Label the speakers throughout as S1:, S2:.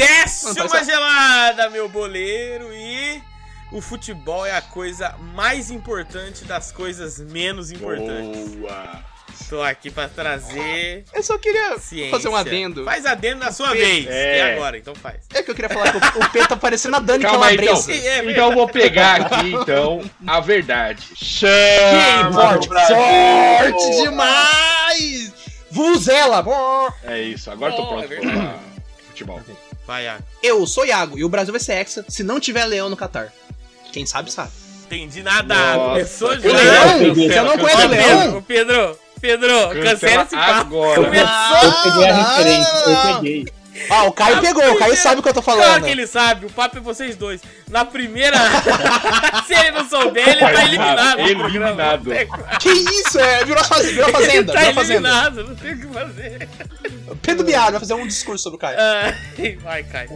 S1: Desce
S2: Não,
S1: uma
S2: parece-
S1: gelada, meu boleiro, e o futebol é a coisa mais importante das coisas menos importantes.
S3: Oh.
S2: Boa.
S1: Tô aqui pra trazer
S2: Eu só queria
S1: ciência.
S2: fazer um adendo.
S1: Faz adendo na sua vez.
S3: É.
S1: É agora, então faz.
S2: É que eu queria falar que o, o P tá parecendo a Dani
S3: Calma aí, então.
S2: Calabresa.
S1: É, é
S3: Então eu vou pegar aqui, então, a verdade.
S2: Que
S3: Chama
S2: forte,
S3: o Brasil!
S2: forte demais! Vuzela!
S3: É isso, agora eu tô
S1: Oh,
S3: pronto
S1: é
S3: pra falar futebol.
S1: Vai, Iago.
S2: Eu sou Iago e o Brasil vai ser hexa se não tiver leão no Catar. Quem sabe, sabe.
S1: Entendi nada.
S3: Nossa.
S1: Começou já.
S3: O
S2: Leão?
S3: Pedro,
S2: Você não
S3: cancela,
S2: conhece
S1: Ó,
S2: o
S1: Pedro,
S2: Leão?
S1: Pedro, Pedro, cancela esse papo.
S3: agora.
S1: Começou.
S4: Eu peguei a referência,
S2: não,
S4: eu
S2: não.
S4: peguei.
S2: Ah, o Caio
S1: A
S2: pegou, o Caio
S1: primeira-
S2: sabe o que eu tô
S1: Claro
S2: falando.
S1: que ele sabe, o papo é vocês dois. Na primeira. Se ele não souber, ele tá eliminado. do programa.
S3: Eliminado.
S2: Que isso? É, virou, a faz... virou a
S1: Ele
S2: fazenda,
S1: tá
S2: virou a fazenda.
S1: eliminado, não tem o que fazer.
S2: Pedro Biado vai fazer um discurso sobre o Caio.
S1: Ai, Vai, Caio.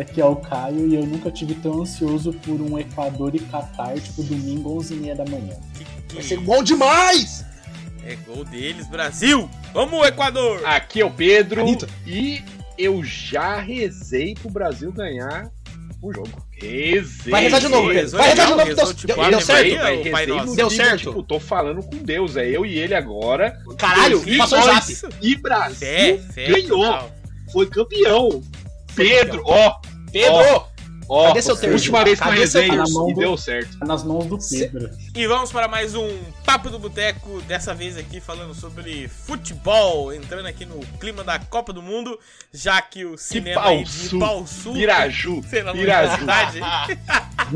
S4: Aqui é o Caio e eu nunca tive tão ansioso por um Equador e Catar, tipo, domingo 11h30 da manhã.
S1: Que,
S2: Vai ser
S1: que...
S2: bom demais!
S1: É gol deles, Brasil! Vamos, Equador!
S2: Ah,
S3: Aqui é o Pedro
S2: Anitta.
S3: e eu já rezei pro Brasil ganhar o jogo. Rezei.
S2: Vai rezar de novo, Pedro. Vai rezar de novo,
S1: Rezou,
S2: deu-
S1: tipo,
S2: deu-
S1: Ave
S2: deu certo?
S1: Maria, o
S3: rezei
S1: Pai
S3: no
S1: Nosso.
S2: Deu
S3: nível,
S2: certo?
S3: Tipo, tô falando com Deus, é eu e ele agora.
S2: Caralho,
S3: Deus,
S2: passou o
S3: nós.
S2: zap.
S3: E Brasil
S1: Fé, fé.
S3: ganhou.
S1: total.
S3: foi campeão. Pedro, ó,
S2: Pedro!
S3: ó.
S2: Cadê seu terço?
S3: Última vez que eu
S2: Cadê seu
S3: rezei
S4: terço?
S3: e deu certo.
S4: Tá nas mãos do
S2: Cê-
S4: Pedro.
S1: E vamos para mais um Papo do Boteco, dessa vez aqui falando sobre futebol, entrando aqui no clima da Copa do Mundo, já que o cinema aí de
S3: Ipau-Sul,
S1: Pau Sul,
S3: Piraju.
S1: sei lá,
S3: Piraju.
S1: cidade,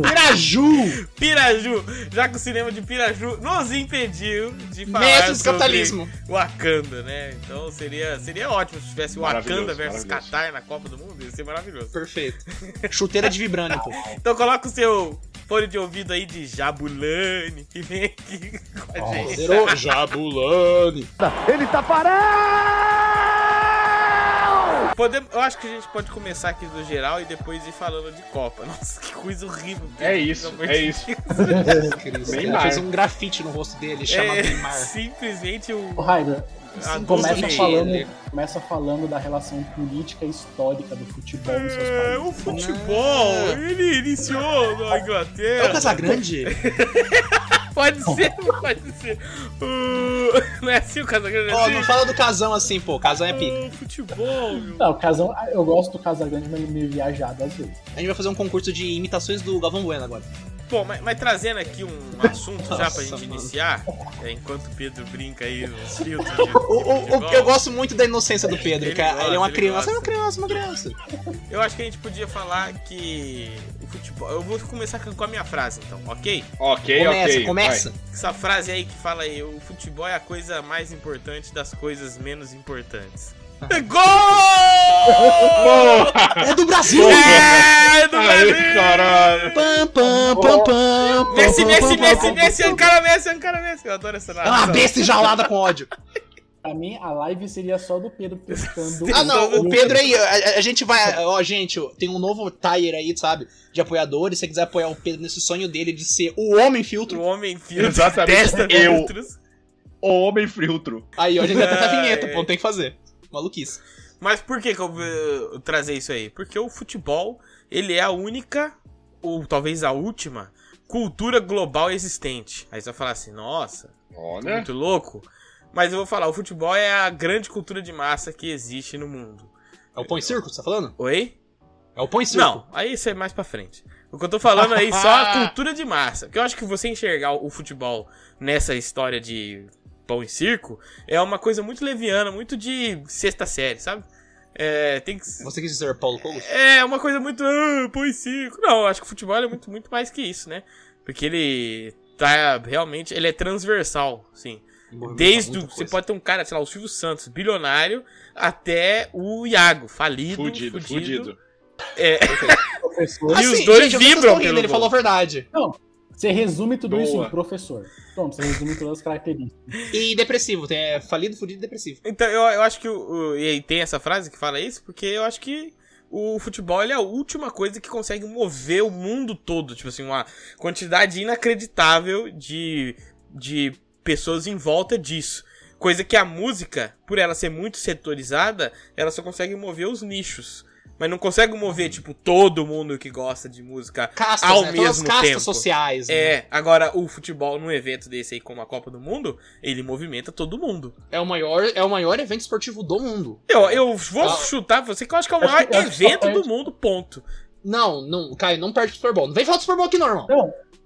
S2: Piraju!
S1: Piraju, já que o cinema de Piraju nos impediu de falar
S2: Mestres
S1: sobre
S2: capitalismo.
S1: Wakanda, né? Então seria, seria ótimo se tivesse Wakanda
S3: Maravilhoso,
S1: versus
S3: maravilhoso.
S1: Qatar na Copa do Mundo, ia ser maravilhoso.
S2: Perfeito. Chuteira de vibrânio, pô.
S1: Então coloca o seu fone de ouvido aí de Jabulani e vem aqui com a gente.
S2: Zerou. Jabulani.
S1: Podemos, eu acho que a gente pode começar aqui do geral e depois ir falando de Copa. Nossa, que coisa horrível.
S3: É
S1: Pelo
S3: isso,
S1: amor
S3: é
S1: de
S3: isso.
S2: Cris,
S3: Neymar.
S2: ele fez um grafite no rosto dele chamado
S1: Deus. É
S2: Neymar.
S1: simplesmente
S4: Ô,
S1: o.
S4: Raider,
S1: Ah,
S4: começa
S1: tudo
S2: bem.
S4: falando, começa falando da relação política e histórica do futebol nos seus
S1: É, o
S4: países.
S1: futebol, ele iniciou na
S2: É o
S1: Inglaterra.
S2: Casagrande?
S1: Pode ser, pode ser. Uh, não é assim o Casagrande?
S2: Ó,
S1: é
S2: não
S1: assim?
S2: fala do casão assim, pô. Casão é pica.
S1: O futebol, meu.
S4: Não, o Casão, ah, eu gosto do Casagrande, mas ele meio viajado às vezes.
S2: A gente vai fazer um concurso de imitações do Galvão Bueno agora.
S1: Bom, mas, mas trazendo aqui um assunto já pra
S2: Nossa,
S1: gente
S2: mano.
S1: iniciar, é, enquanto o Pedro brinca aí nos filtros. de- de
S2: O- o- o-
S1: futebol,
S2: eu gosto muito da inocência do Pedro,
S1: Ele
S2: cara.
S1: gosta,
S2: ele é uma
S1: ele
S2: criança.
S1: gosta.
S2: É uma criança, uma criança.
S1: eu acho que a gente podia falar que o futebol. Eu vou começar com a minha frase então, ok?
S3: Ok,
S2: Começa,
S3: ok.
S2: começa.
S1: Essa frase aí que fala aí, o futebol é a coisa mais importante das coisas menos importantes. É Gol!
S3: Vai.
S2: É do Brasil!
S1: É do
S3: Aí,
S1: Brasil!
S3: caralho.
S2: Pam, pam, pam, pam.
S1: Messi,
S2: pam,
S1: Messi, Messi,
S2: pam, pam,
S1: Messi,
S2: pam,
S1: Ankara, Messi, Ankara, Messi. Eu adoro essa
S3: Ah,
S2: pam. É uma
S1: narração.
S2: besta enjaulada com ódio.
S4: Pra mim, a live seria só do Pedro pescando. um
S2: Ah, não, o Pedro aí, a, a gente vai. Ó, gente, ó, tem um novo tire aí, sabe? De apoiadores. Se você quiser apoiar o Pedro nesse sonho dele de ser o homem
S1: O
S2: filtro,
S1: homem filtro,
S3: Exatamente,
S1: testa
S3: eu.
S1: filtros.
S3: Homem filtro.
S2: aí, ó, a gente vai tentar a vinheta,
S1: Ai.
S2: pô, não tem o que fazer. Maluquice.
S1: Mas por que, que eu vou eh, trazer isso aí? Porque o futebol, ele é a única, ou talvez a última, cultura global existente. Aí você vai falar assim, nossa,
S3: Olha.
S1: muito louco. Mas eu vou falar, o futebol é a grande cultura de massa que existe no mundo.
S2: É o pão e circo, você tá falando?
S1: Oi?
S2: É o pão e circo?
S1: Não, aí isso é mais pra frente. O que eu tô falando aí só a cultura de massa. Porque eu acho que você enxergar o futebol nessa história de pão e circo é uma coisa muito leviana, muito de sexta série, sabe? É, tem que
S2: Você quis dizer Paulo Cogos?
S1: É uma coisa muito. Ah, põe cinco. Não, eu acho que o futebol é muito, muito mais que isso, né? Porque ele tá realmente. Ele é transversal, sim.
S2: tá
S1: Desde. O, você pode ter um cara, sei lá, o Silvio Santos, bilionário, até o Iago, falido.
S3: Fudido, fudido.
S1: Ah, sim,
S2: E os
S4: professor.
S1: gente, vocês
S2: dois
S1: estão
S2: vibram,
S1: rindo,
S2: pelo
S1: ele falou
S2: ele falou a verdade.
S4: Você resume tudo isso
S3: Boa.
S4: em professor. Pronto, você resume todas as características.
S2: E depressivo, tem é, falido, fudido e depressivo.
S1: Então, eu, eu acho que. O, o- e aí tem essa frase que fala isso, porque eu acho que. O futebol ele é a última coisa que consegue mover o mundo todo. Tipo assim, uma quantidade inacreditável de, de pessoas em volta disso. Coisa que a música, por ela ser muito setorizada, ela só consegue mover os nichos. mas não consegue mover, tipo, todo mundo que gosta de música
S2: Castas,
S1: ao
S2: né? Todas as
S1: mesmo
S2: castas
S1: tempo.
S2: sociais. né?
S1: É, agora o futebol num evento desse aí como a Copa do Mundo, ele movimenta todo mundo.
S2: É o maior, é o maior evento esportivo do mundo.
S1: Eu, eu vou
S2: Ah.
S1: chutar pra você que eu acho que é o maior
S4: Acho que- acho que só
S1: evento
S4: perde.
S1: do mundo, ponto.
S2: Não, não, Caio, não perde do Super Bowl. Não vem falar do Super Bowl aqui, não, irmão.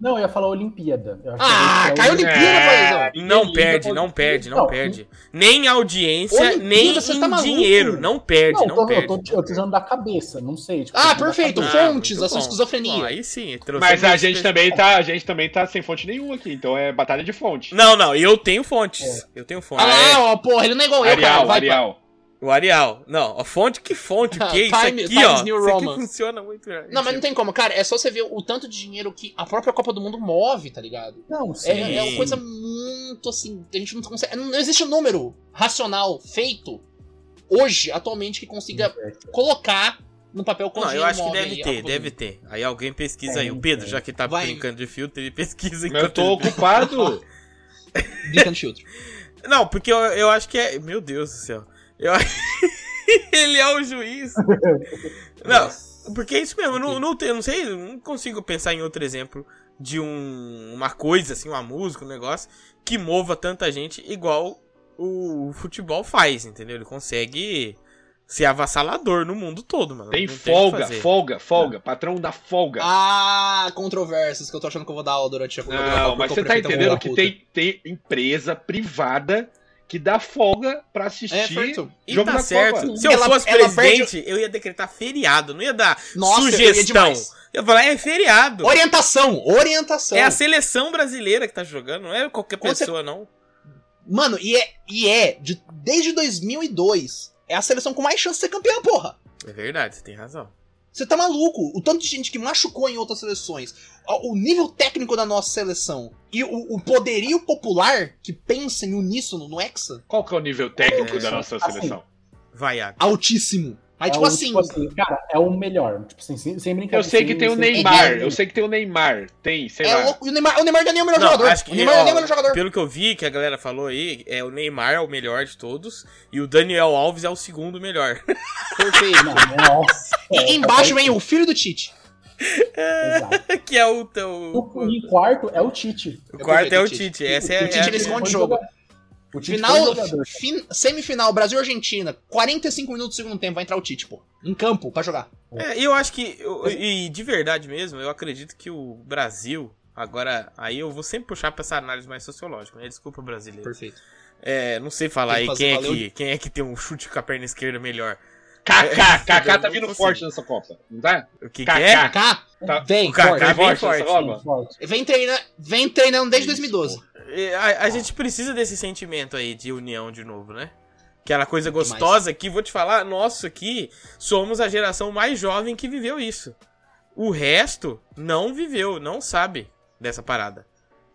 S4: Não, eu ia falar Olimpíada. Eu acho
S2: Ah,
S4: que é
S2: Caio
S4: Olimpíada.
S2: Olimpíada, paizão.
S1: Não
S3: Ele
S1: perde,
S3: ainda
S1: não
S3: pode-
S1: perde, não
S4: Não,
S1: perde. Nem em audiência,
S2: Olimpíada,
S1: nem
S2: você
S1: em
S2: tá maluco? tá
S1: dinheiro. Não perde,
S4: Não,
S1: não
S4: eu tô, eu,
S1: perde.
S4: tô, eu tô usando da cabeça, não sei. tipo,
S2: Ah,
S4: eu tô
S2: perfeito.
S4: da cabeça.
S2: Fontes,
S1: muito
S2: a sua
S1: bom.
S2: esquizofrenia.
S1: Ó, aí sim, trouxe
S3: Mas a
S1: é muito
S3: gente
S1: espe-
S3: também tá, a gente também tá sem fonte nenhuma aqui, então é batalha de fonte.
S1: Não, não, eu tenho fontes. Eu tenho
S2: Ah
S1: fontes. É,
S2: lá, ó, porra, ele não é igual eu, cara.
S3: Arial,
S2: Vai, pra-
S3: Arial.
S1: O Arial. Não, a fonte, que fonte? O que? é Isso
S2: Time-
S1: aqui,
S2: Times
S1: ó.
S2: New
S1: Isso aqui
S2: Roman.
S1: funciona muito. né?
S2: Não, mas não tem como, cara. É só você ver o tanto de dinheiro que a própria Copa do Mundo move, tá ligado?
S4: Não, sim.
S2: É, é uma coisa muito assim. A gente não consegue. Não existe um número racional feito hoje, atualmente, que consiga colocar no papel quanto
S1: Não, eu
S2: dinheiro
S1: acho que
S2: move
S1: deve
S2: aí a
S1: ter,
S2: Copa do
S1: deve
S2: Mundo.
S1: ter. Aí alguém pesquisa
S4: Tem,
S1: aí. O Pedro,
S4: tem.
S1: já que tá
S2: Vai.
S1: brincando de filtro, ele pesquisa
S3: Mas eu tô
S1: ele-
S3: ocupado.
S2: Brincando de filtro.
S1: Não, porque eu, eu acho que é. Meu Deus do céu. Eu... ele é o juiz. Não, porque é isso mesmo. Eu não, não, tenho- eu não sei, eu não consigo pensar em outro exemplo de um- uma coisa, assim, uma música, um negócio, que mova tanta gente igual o, futebol faz, entendeu? Ele consegue ser avassalador no mundo todo, mano.
S3: Tem
S1: Não o que
S3: folga,
S1: fazer.
S3: folga, folga. Patrão da folga.
S2: Ah, controvérsias que eu tô achando que eu vou dar aula durante a
S3: Não, mas você tá entendendo que tem, tem empresa privada que dá folga pra
S2: É,
S3: assistir
S2: Ferto.
S1: E
S3: jogo
S1: tá
S3: da
S1: certo.
S3: Copa.
S1: Se eu
S2: Ela-
S1: fosse
S2: ela perde-
S1: presidente, eu ia decretar feriado, não ia dar
S2: Nossa, eu ia
S1: sugestão.
S2: demais.
S1: Eu ia falar, é feriado.
S2: Orientação, orientação.
S1: É a seleção brasileira que tá jogando, não é qualquer
S2: Com
S1: pessoa, não.
S2: Mano, e é, e é de, desde 2002, é a seleção com mais chance de ser campeã, porra.
S1: É verdade, você tem razão.
S2: Você tá maluco? O tanto de gente que machucou em outras seleções, a- o nível técnico da nossa seleção e o, o poderio popular que pensa em uníssono no Hexa,
S3: Qual que é o nível técnico
S1: É.
S3: da nossa
S4: Assim.
S3: seleção?
S1: Vai, Iago.
S2: altíssimo. Mas,
S4: É
S2: tipo
S4: o-
S2: assim,
S4: cara, é o melhor. Tipo assim, sem, sem brincadeira.
S3: Eu sei que
S4: sem-
S3: tem o
S4: sem-
S3: Neymar,
S4: sem-
S3: eu sei que tem o Neymar, tem, sei
S2: é
S3: lá.
S2: louco. E O Neymar, o Neymar já nem é o melhor
S1: Não,
S2: jogador.
S1: acho que,
S2: o Neymar já nem é o
S1: ó,
S2: melhor jogador.
S1: pelo que eu vi que a galera falou aí, é o Neymar é o melhor de todos e o Daniel Alves é o segundo melhor.
S2: Perfeito.
S4: Não, nossa.
S2: E embaixo vem o filho do Tite.
S4: Exato.
S1: que é o o,
S4: O,
S1: o-
S4: em quarto é o Tite.
S1: o quarto é o
S2: Tite.
S1: Tite. Essa é,
S2: O Tite,
S1: é a
S2: ele
S1: minha-
S2: esconde
S4: Foi
S2: jogo.
S4: jogador. O Tite foi
S2: Final,
S4: um jogador.
S2: fin- semifinal, Brasil-Argentina, 45 minutos do segundo tempo, vai entrar o Tite, pô. Em campo, pra jogar.
S1: É, eu acho que, eu- e de verdade mesmo, eu acredito que o Brasil, agora, aí eu vou sempre puxar pra essa análise mais sociológica, né? Desculpa, brasileiro.
S2: Perfeito.
S1: É, não sei falar
S2: Tem que
S1: aí
S2: fazer
S1: quem é,
S2: valer o-
S1: que, quem é que tem um chute com a perna esquerda melhor.
S3: Kaká, Kaká
S1: eu
S3: tá
S1: É, não
S3: vindo
S1: consigo.
S3: forte nessa Copa, não tá?
S1: O que, que é?
S3: Kaká,
S2: Kaká,
S3: Tá.
S2: vem,
S1: O Kaká
S2: forte.
S1: vem
S3: forte
S1: forte.
S3: nessa Copa.
S4: Forte.
S2: vem, treina, vem treinando desde
S3: Isso,
S2: 2012.
S1: É, A, a gente precisa desse sentimento aí de união de novo, né? Aquela coisa gostosa que, vou te falar, nós aqui somos a geração mais jovem que viveu isso. O resto não viveu, não sabe dessa parada.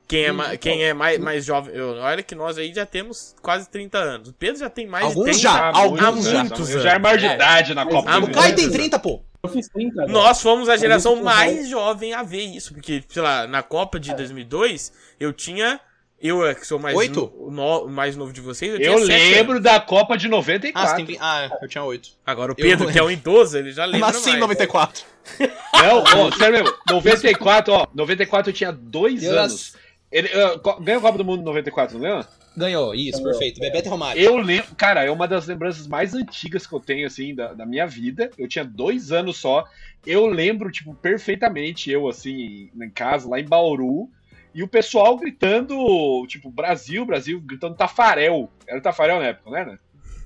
S1: Quem é,
S4: Hum,
S1: ma-
S4: então.
S1: quem é mais, mais jovem. eu- olha que nós aí já temos quase 30 anos. O Pedro já tem mais de
S2: Alguns
S1: 30.
S2: já.
S3: Há
S2: alguns
S3: muitos
S1: anos.
S3: anos. Eu Já é maior de
S1: É.
S3: idade na
S4: Mas
S3: Copa
S1: há
S3: do
S2: O
S1: muitos
S3: Mundo.
S2: Caio tem
S1: Beleza.
S2: 30, pô.
S4: Eu fiz 30. agora.
S1: Nós fomos a geração
S4: isso que eu
S1: mais jovem a ver isso, porque, sei lá, na Copa de 2002, eu tinha. Eu, é, que sou mais,
S2: Oito?
S1: no- no- mais novo de vocês, eu,
S3: Eu
S1: tinha sete anos.
S3: lembro da Copa de
S2: Ah,
S3: 94.
S2: você tem. Ah, eu tinha 8.
S1: Agora o Pedro,
S2: Eu-
S1: que é um idoso, ele já lembra
S3: assim,
S2: Nasci em
S1: mais.
S2: 94.
S3: Não, ó, sério mesmo, 94, ó, 94 eu tinha dois
S2: Eu
S3: anos.
S2: nas-
S3: Ele, ah, co- ganhou a Copa do Mundo em 94, não ganhou?
S2: Ganhou, isso,
S4: Ganhou.
S2: perfeito. Bebeto e Romário.
S3: Eu lembro, cara, é uma das lembranças mais antigas que eu tenho, assim, da, da minha vida. Eu tinha dois anos só. Eu lembro, tipo, perfeitamente, eu, assim, em casa, lá em Bauru, e o pessoal gritando, tipo, Brasil, Brasil, gritando Tafarel. Era o Tafarel na época, né? né?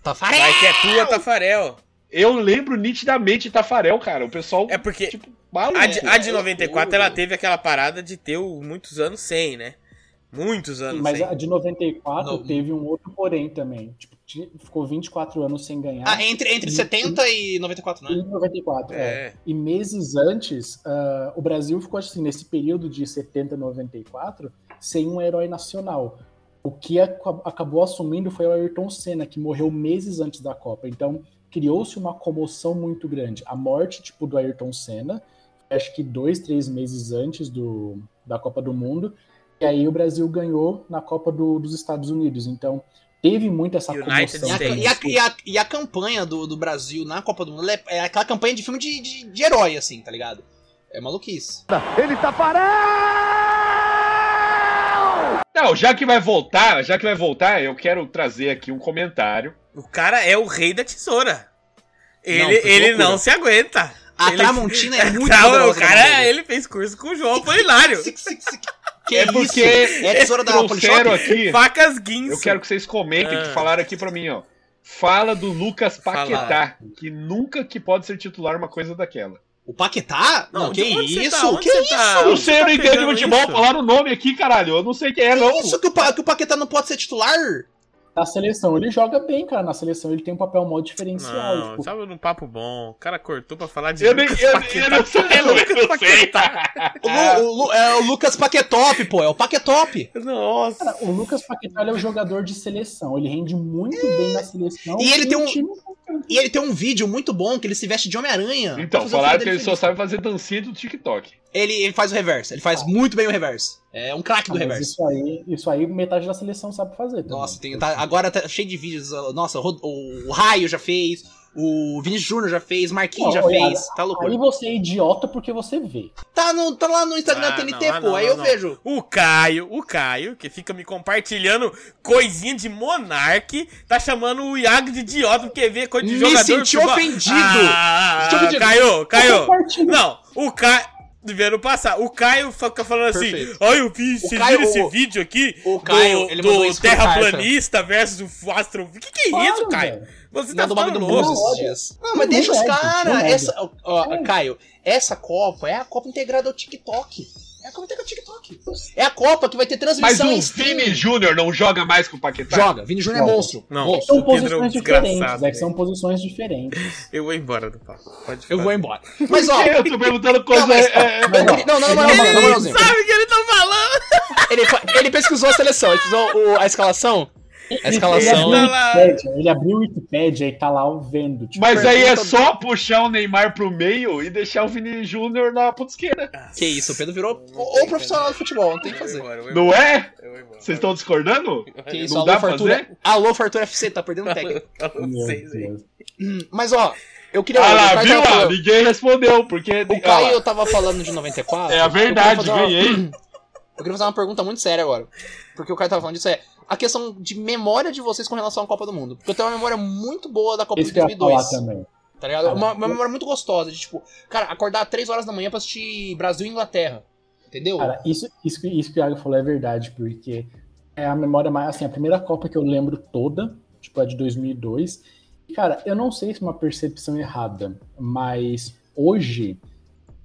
S2: Tafarel!
S1: Vai que é tua, Tafarel.
S3: Eu lembro nitidamente de Tafarel, cara. O pessoal,
S1: É porque
S3: tipo, maluco.
S1: a de, a de
S2: é
S1: 94,
S2: loucura.
S1: ela teve aquela parada de ter o muitos anos sem, né? Muitos anos
S4: Mas
S1: sem.
S4: a de 94
S2: Não.
S4: teve um outro porém também. Tipo, ti- ficou 24 anos sem ganhar.
S2: Ah, entre,
S1: Hum.
S2: entre 70 e 94,
S4: E
S2: né?
S4: 94, é.
S1: É.
S4: E meses antes, ah, o Brasil ficou assim, nesse período de 70 a 94, sem um herói nacional. O que ac- acabou assumindo foi o Ayrton Senna, que morreu meses antes da Copa. Então, criou-se uma comoção muito grande. A morte, tipo, do Ayrton Senna, acho que dois, três meses antes do, da Copa do Mundo. E aí o Brasil ganhou na Copa do- dos Estados Unidos. Então, teve muito essa
S1: United
S4: comoção.
S2: E a,
S1: States.
S2: e a- e a- e a campanha do, do Brasil na Copa do Mundo ela é, é aquela campanha de filme de, de, de herói, assim, tá ligado? É maluquice.
S3: Não, já que vai voltar, já que vai voltar, eu quero trazer aqui um comentário.
S1: O cara é o rei da tesoura. Ele não,
S2: Não, foi
S1: ele
S2: loucura.
S1: não se aguenta.
S2: A
S1: Ele-
S2: Tramontina é muito
S1: Não, o
S2: poderosa,
S1: cara, é
S2: né?
S1: ele fez curso com o João Polinário.
S2: Sic, sic, sic. Que
S3: é
S2: isso?
S3: porque
S2: É a tesoura da
S3: trouxeram
S2: Polishop?
S3: aqui.
S1: Facas Guinso.
S3: Eu quero que vocês comentem,
S1: Ah.
S3: que falaram aqui pra mim, ó. Fala do Lucas Paquetá, que nunca que pode ser titular uma coisa daquela.
S2: O Paquetá? Não, que
S1: de onde você
S2: isso?
S1: tá? Onde
S2: que
S1: você
S2: isso?
S1: tá?
S3: Eu não sei, eu não
S1: Onde você tá
S3: entendo de
S1: pegando
S3: futebol,
S1: isso?
S3: falaram o nome aqui, caralho. Eu não sei quem é,
S2: Que
S1: tá?
S3: não.
S2: isso que o, Pa- que o Paquetá não pode ser titular?
S4: Na seleção, ele joga bem, cara. Na seleção, ele tem um papel mó diferencial.
S1: Não,
S4: tipo,
S1: tava num papo bom. O cara cortou pra falar de
S3: Eu nem-
S1: Lucas
S3: eu- eu
S1: Paquetá.
S3: não sei,
S1: É
S3: eu não
S1: Lucas
S3: sei.
S1: Paquetá.
S2: O, Lu- o Lu- é o Lucas Paquetop, pô. É o Paquetop.
S1: Nossa.
S4: cara, o Lucas Paquetá ele é um jogador de seleção. Ele rende muito bem na seleção.
S2: E ele tem
S4: o
S2: um-
S4: time- Ah,
S2: E ele tem um vídeo muito bom que ele se veste de Homem-Aranha. Pra
S3: Então,
S2: fazer o
S3: falaram
S2: filho
S3: que ele
S2: dele
S3: só sabe fazer dancinha do TikTok.
S2: feliz. ele, ele faz o reverso. Ele faz muito bem o reverso. É um craque
S4: Ah,
S2: do
S4: mas
S2: reverso.
S4: isso é aí, isso aí, metade da seleção sabe fazer. também.
S2: Nossa, tem, tá- agora tá cheio de vídeos. ó, Nossa, Rod- o, o Raio já fez, o Vinícius Júnior já fez, Marquinhos já
S4: Não, olha,
S2: fez. Tá loucura.
S4: Aí você é idiota porque você vê.
S2: Tá, no, tá lá no Instagram
S1: Ah,
S2: da TNT,
S1: não, ah,
S2: pô.
S1: não,
S2: aí
S1: não,
S2: eu
S1: não.
S2: vejo.
S1: O Caio, o Caio, que fica me compartilhando coisinha de Monark, tá chamando o Iago de idiota porque vê coisa de
S2: Me
S1: jogador.
S2: senti
S1: futebol.
S2: ofendido.
S1: Ah,
S2: Senti ofendido.
S1: Caio,
S4: Eu
S1: Caio.
S4: compartilho.
S1: Não, o Caio. Deveram passar. O Caio fica falando assim:
S2: Perfeito.
S1: Ó, eu vi, vocês
S2: Caio-
S1: viram esse
S2: o-
S1: vídeo aqui
S2: o Caio,
S1: do,
S2: ele
S1: do
S2: mandou isso pro
S1: terraplanista versus o astro. O que, que é
S4: Claro,
S1: isso, Caio?
S4: velho.
S1: Você tá
S2: Nada do
S1: falando
S2: do
S1: louco.
S2: mundo
S4: Não,
S2: esses
S4: olha.
S2: dias. Não, mas deixa os
S4: Não, não,
S2: caras.
S4: não. é
S2: Essa, ó, ó,
S4: Não.
S2: Caio, essa Copa é a Copa integrada ao TikTok. É a Copa integrada ao TikTok. É a Copa que vai ter
S3: Mas
S2: transmissão
S3: o
S2: em stream.
S3: Vini Júnior não joga mais com o Paquetá?
S2: Joga, Vini Júnior é
S4: Joga.
S2: monstro.
S1: Não.
S2: monstro.
S4: São
S1: Pedro é um
S4: posições
S1: desgraçado,
S4: diferentes, é
S2: né?
S1: velho.
S4: que são posições diferentes.
S1: Eu vou embora do papo. Pode
S2: Eu vou
S1: falar.
S2: embora. Mas ó.
S3: Eu tô perguntando coisa.
S2: Não, mas-
S3: é, é,
S2: eu queria- Não, não, na moral, na moralzinha.
S1: Ele sabe o que ele tá falando.
S2: Ele, fa- ele pesquisou a seleção, ele pesquisou o- a escalação. A
S4: Ele abriu,
S2: escalação.
S1: Ele
S4: o
S1: tá lá.
S4: Wikipédia, ele abriu o Wikipedia e tá lá vendo. Tipo,
S3: Mas aí é
S2: pergunta-
S3: só puxar o Neymar pro meio e deixar o Vini Júnior na ponta esquerda.
S2: Que isso, o Pedro virou o, o profissional de futebol, não tem o que fazer.
S3: Não é?
S1: Eu vou embora.
S3: Vocês estão discordando?
S2: Que isso,
S3: É, Não dá
S2: alô,
S3: pra
S2: Fartura.
S3: fazer?
S2: Alô, Fartura FC, tá perdendo técnico. Hum,
S1: Não
S4: meu
S1: sei, gente.
S4: Deus.
S2: Mas ó, eu queria.
S3: Ah lá,
S2: o Caio
S3: viu?
S2: tava
S3: Ah,
S2: falando-
S3: ninguém respondeu, porque.
S2: o
S3: Ah lá.
S2: Caio tava falando de 94.
S3: É a verdade,
S2: eu queria fazer uma-
S3: ganhei.
S2: Eu queria fazer uma pergunta muito séria agora. Porque o Caio tava falando disso é a questão de memória de vocês com relação à Copa do Mundo. Porque eu tenho uma memória muito boa da Copa de
S4: Isso que eu ia
S2: 2002.
S4: falar também. Ah,
S2: Tá ligado? Uma, uma
S4: eu-
S2: memória muito gostosa de, tipo, cara, acordar 3 horas da manhã pra assistir Brasil e Inglaterra. Entendeu?
S4: Cara, isso, isso, que- isso que o Iago falou é verdade, porque é a memória mais. Assim, a primeira Copa que eu lembro toda, tipo, é de 2002. E, cara, eu não sei se é uma percepção errada, mas hoje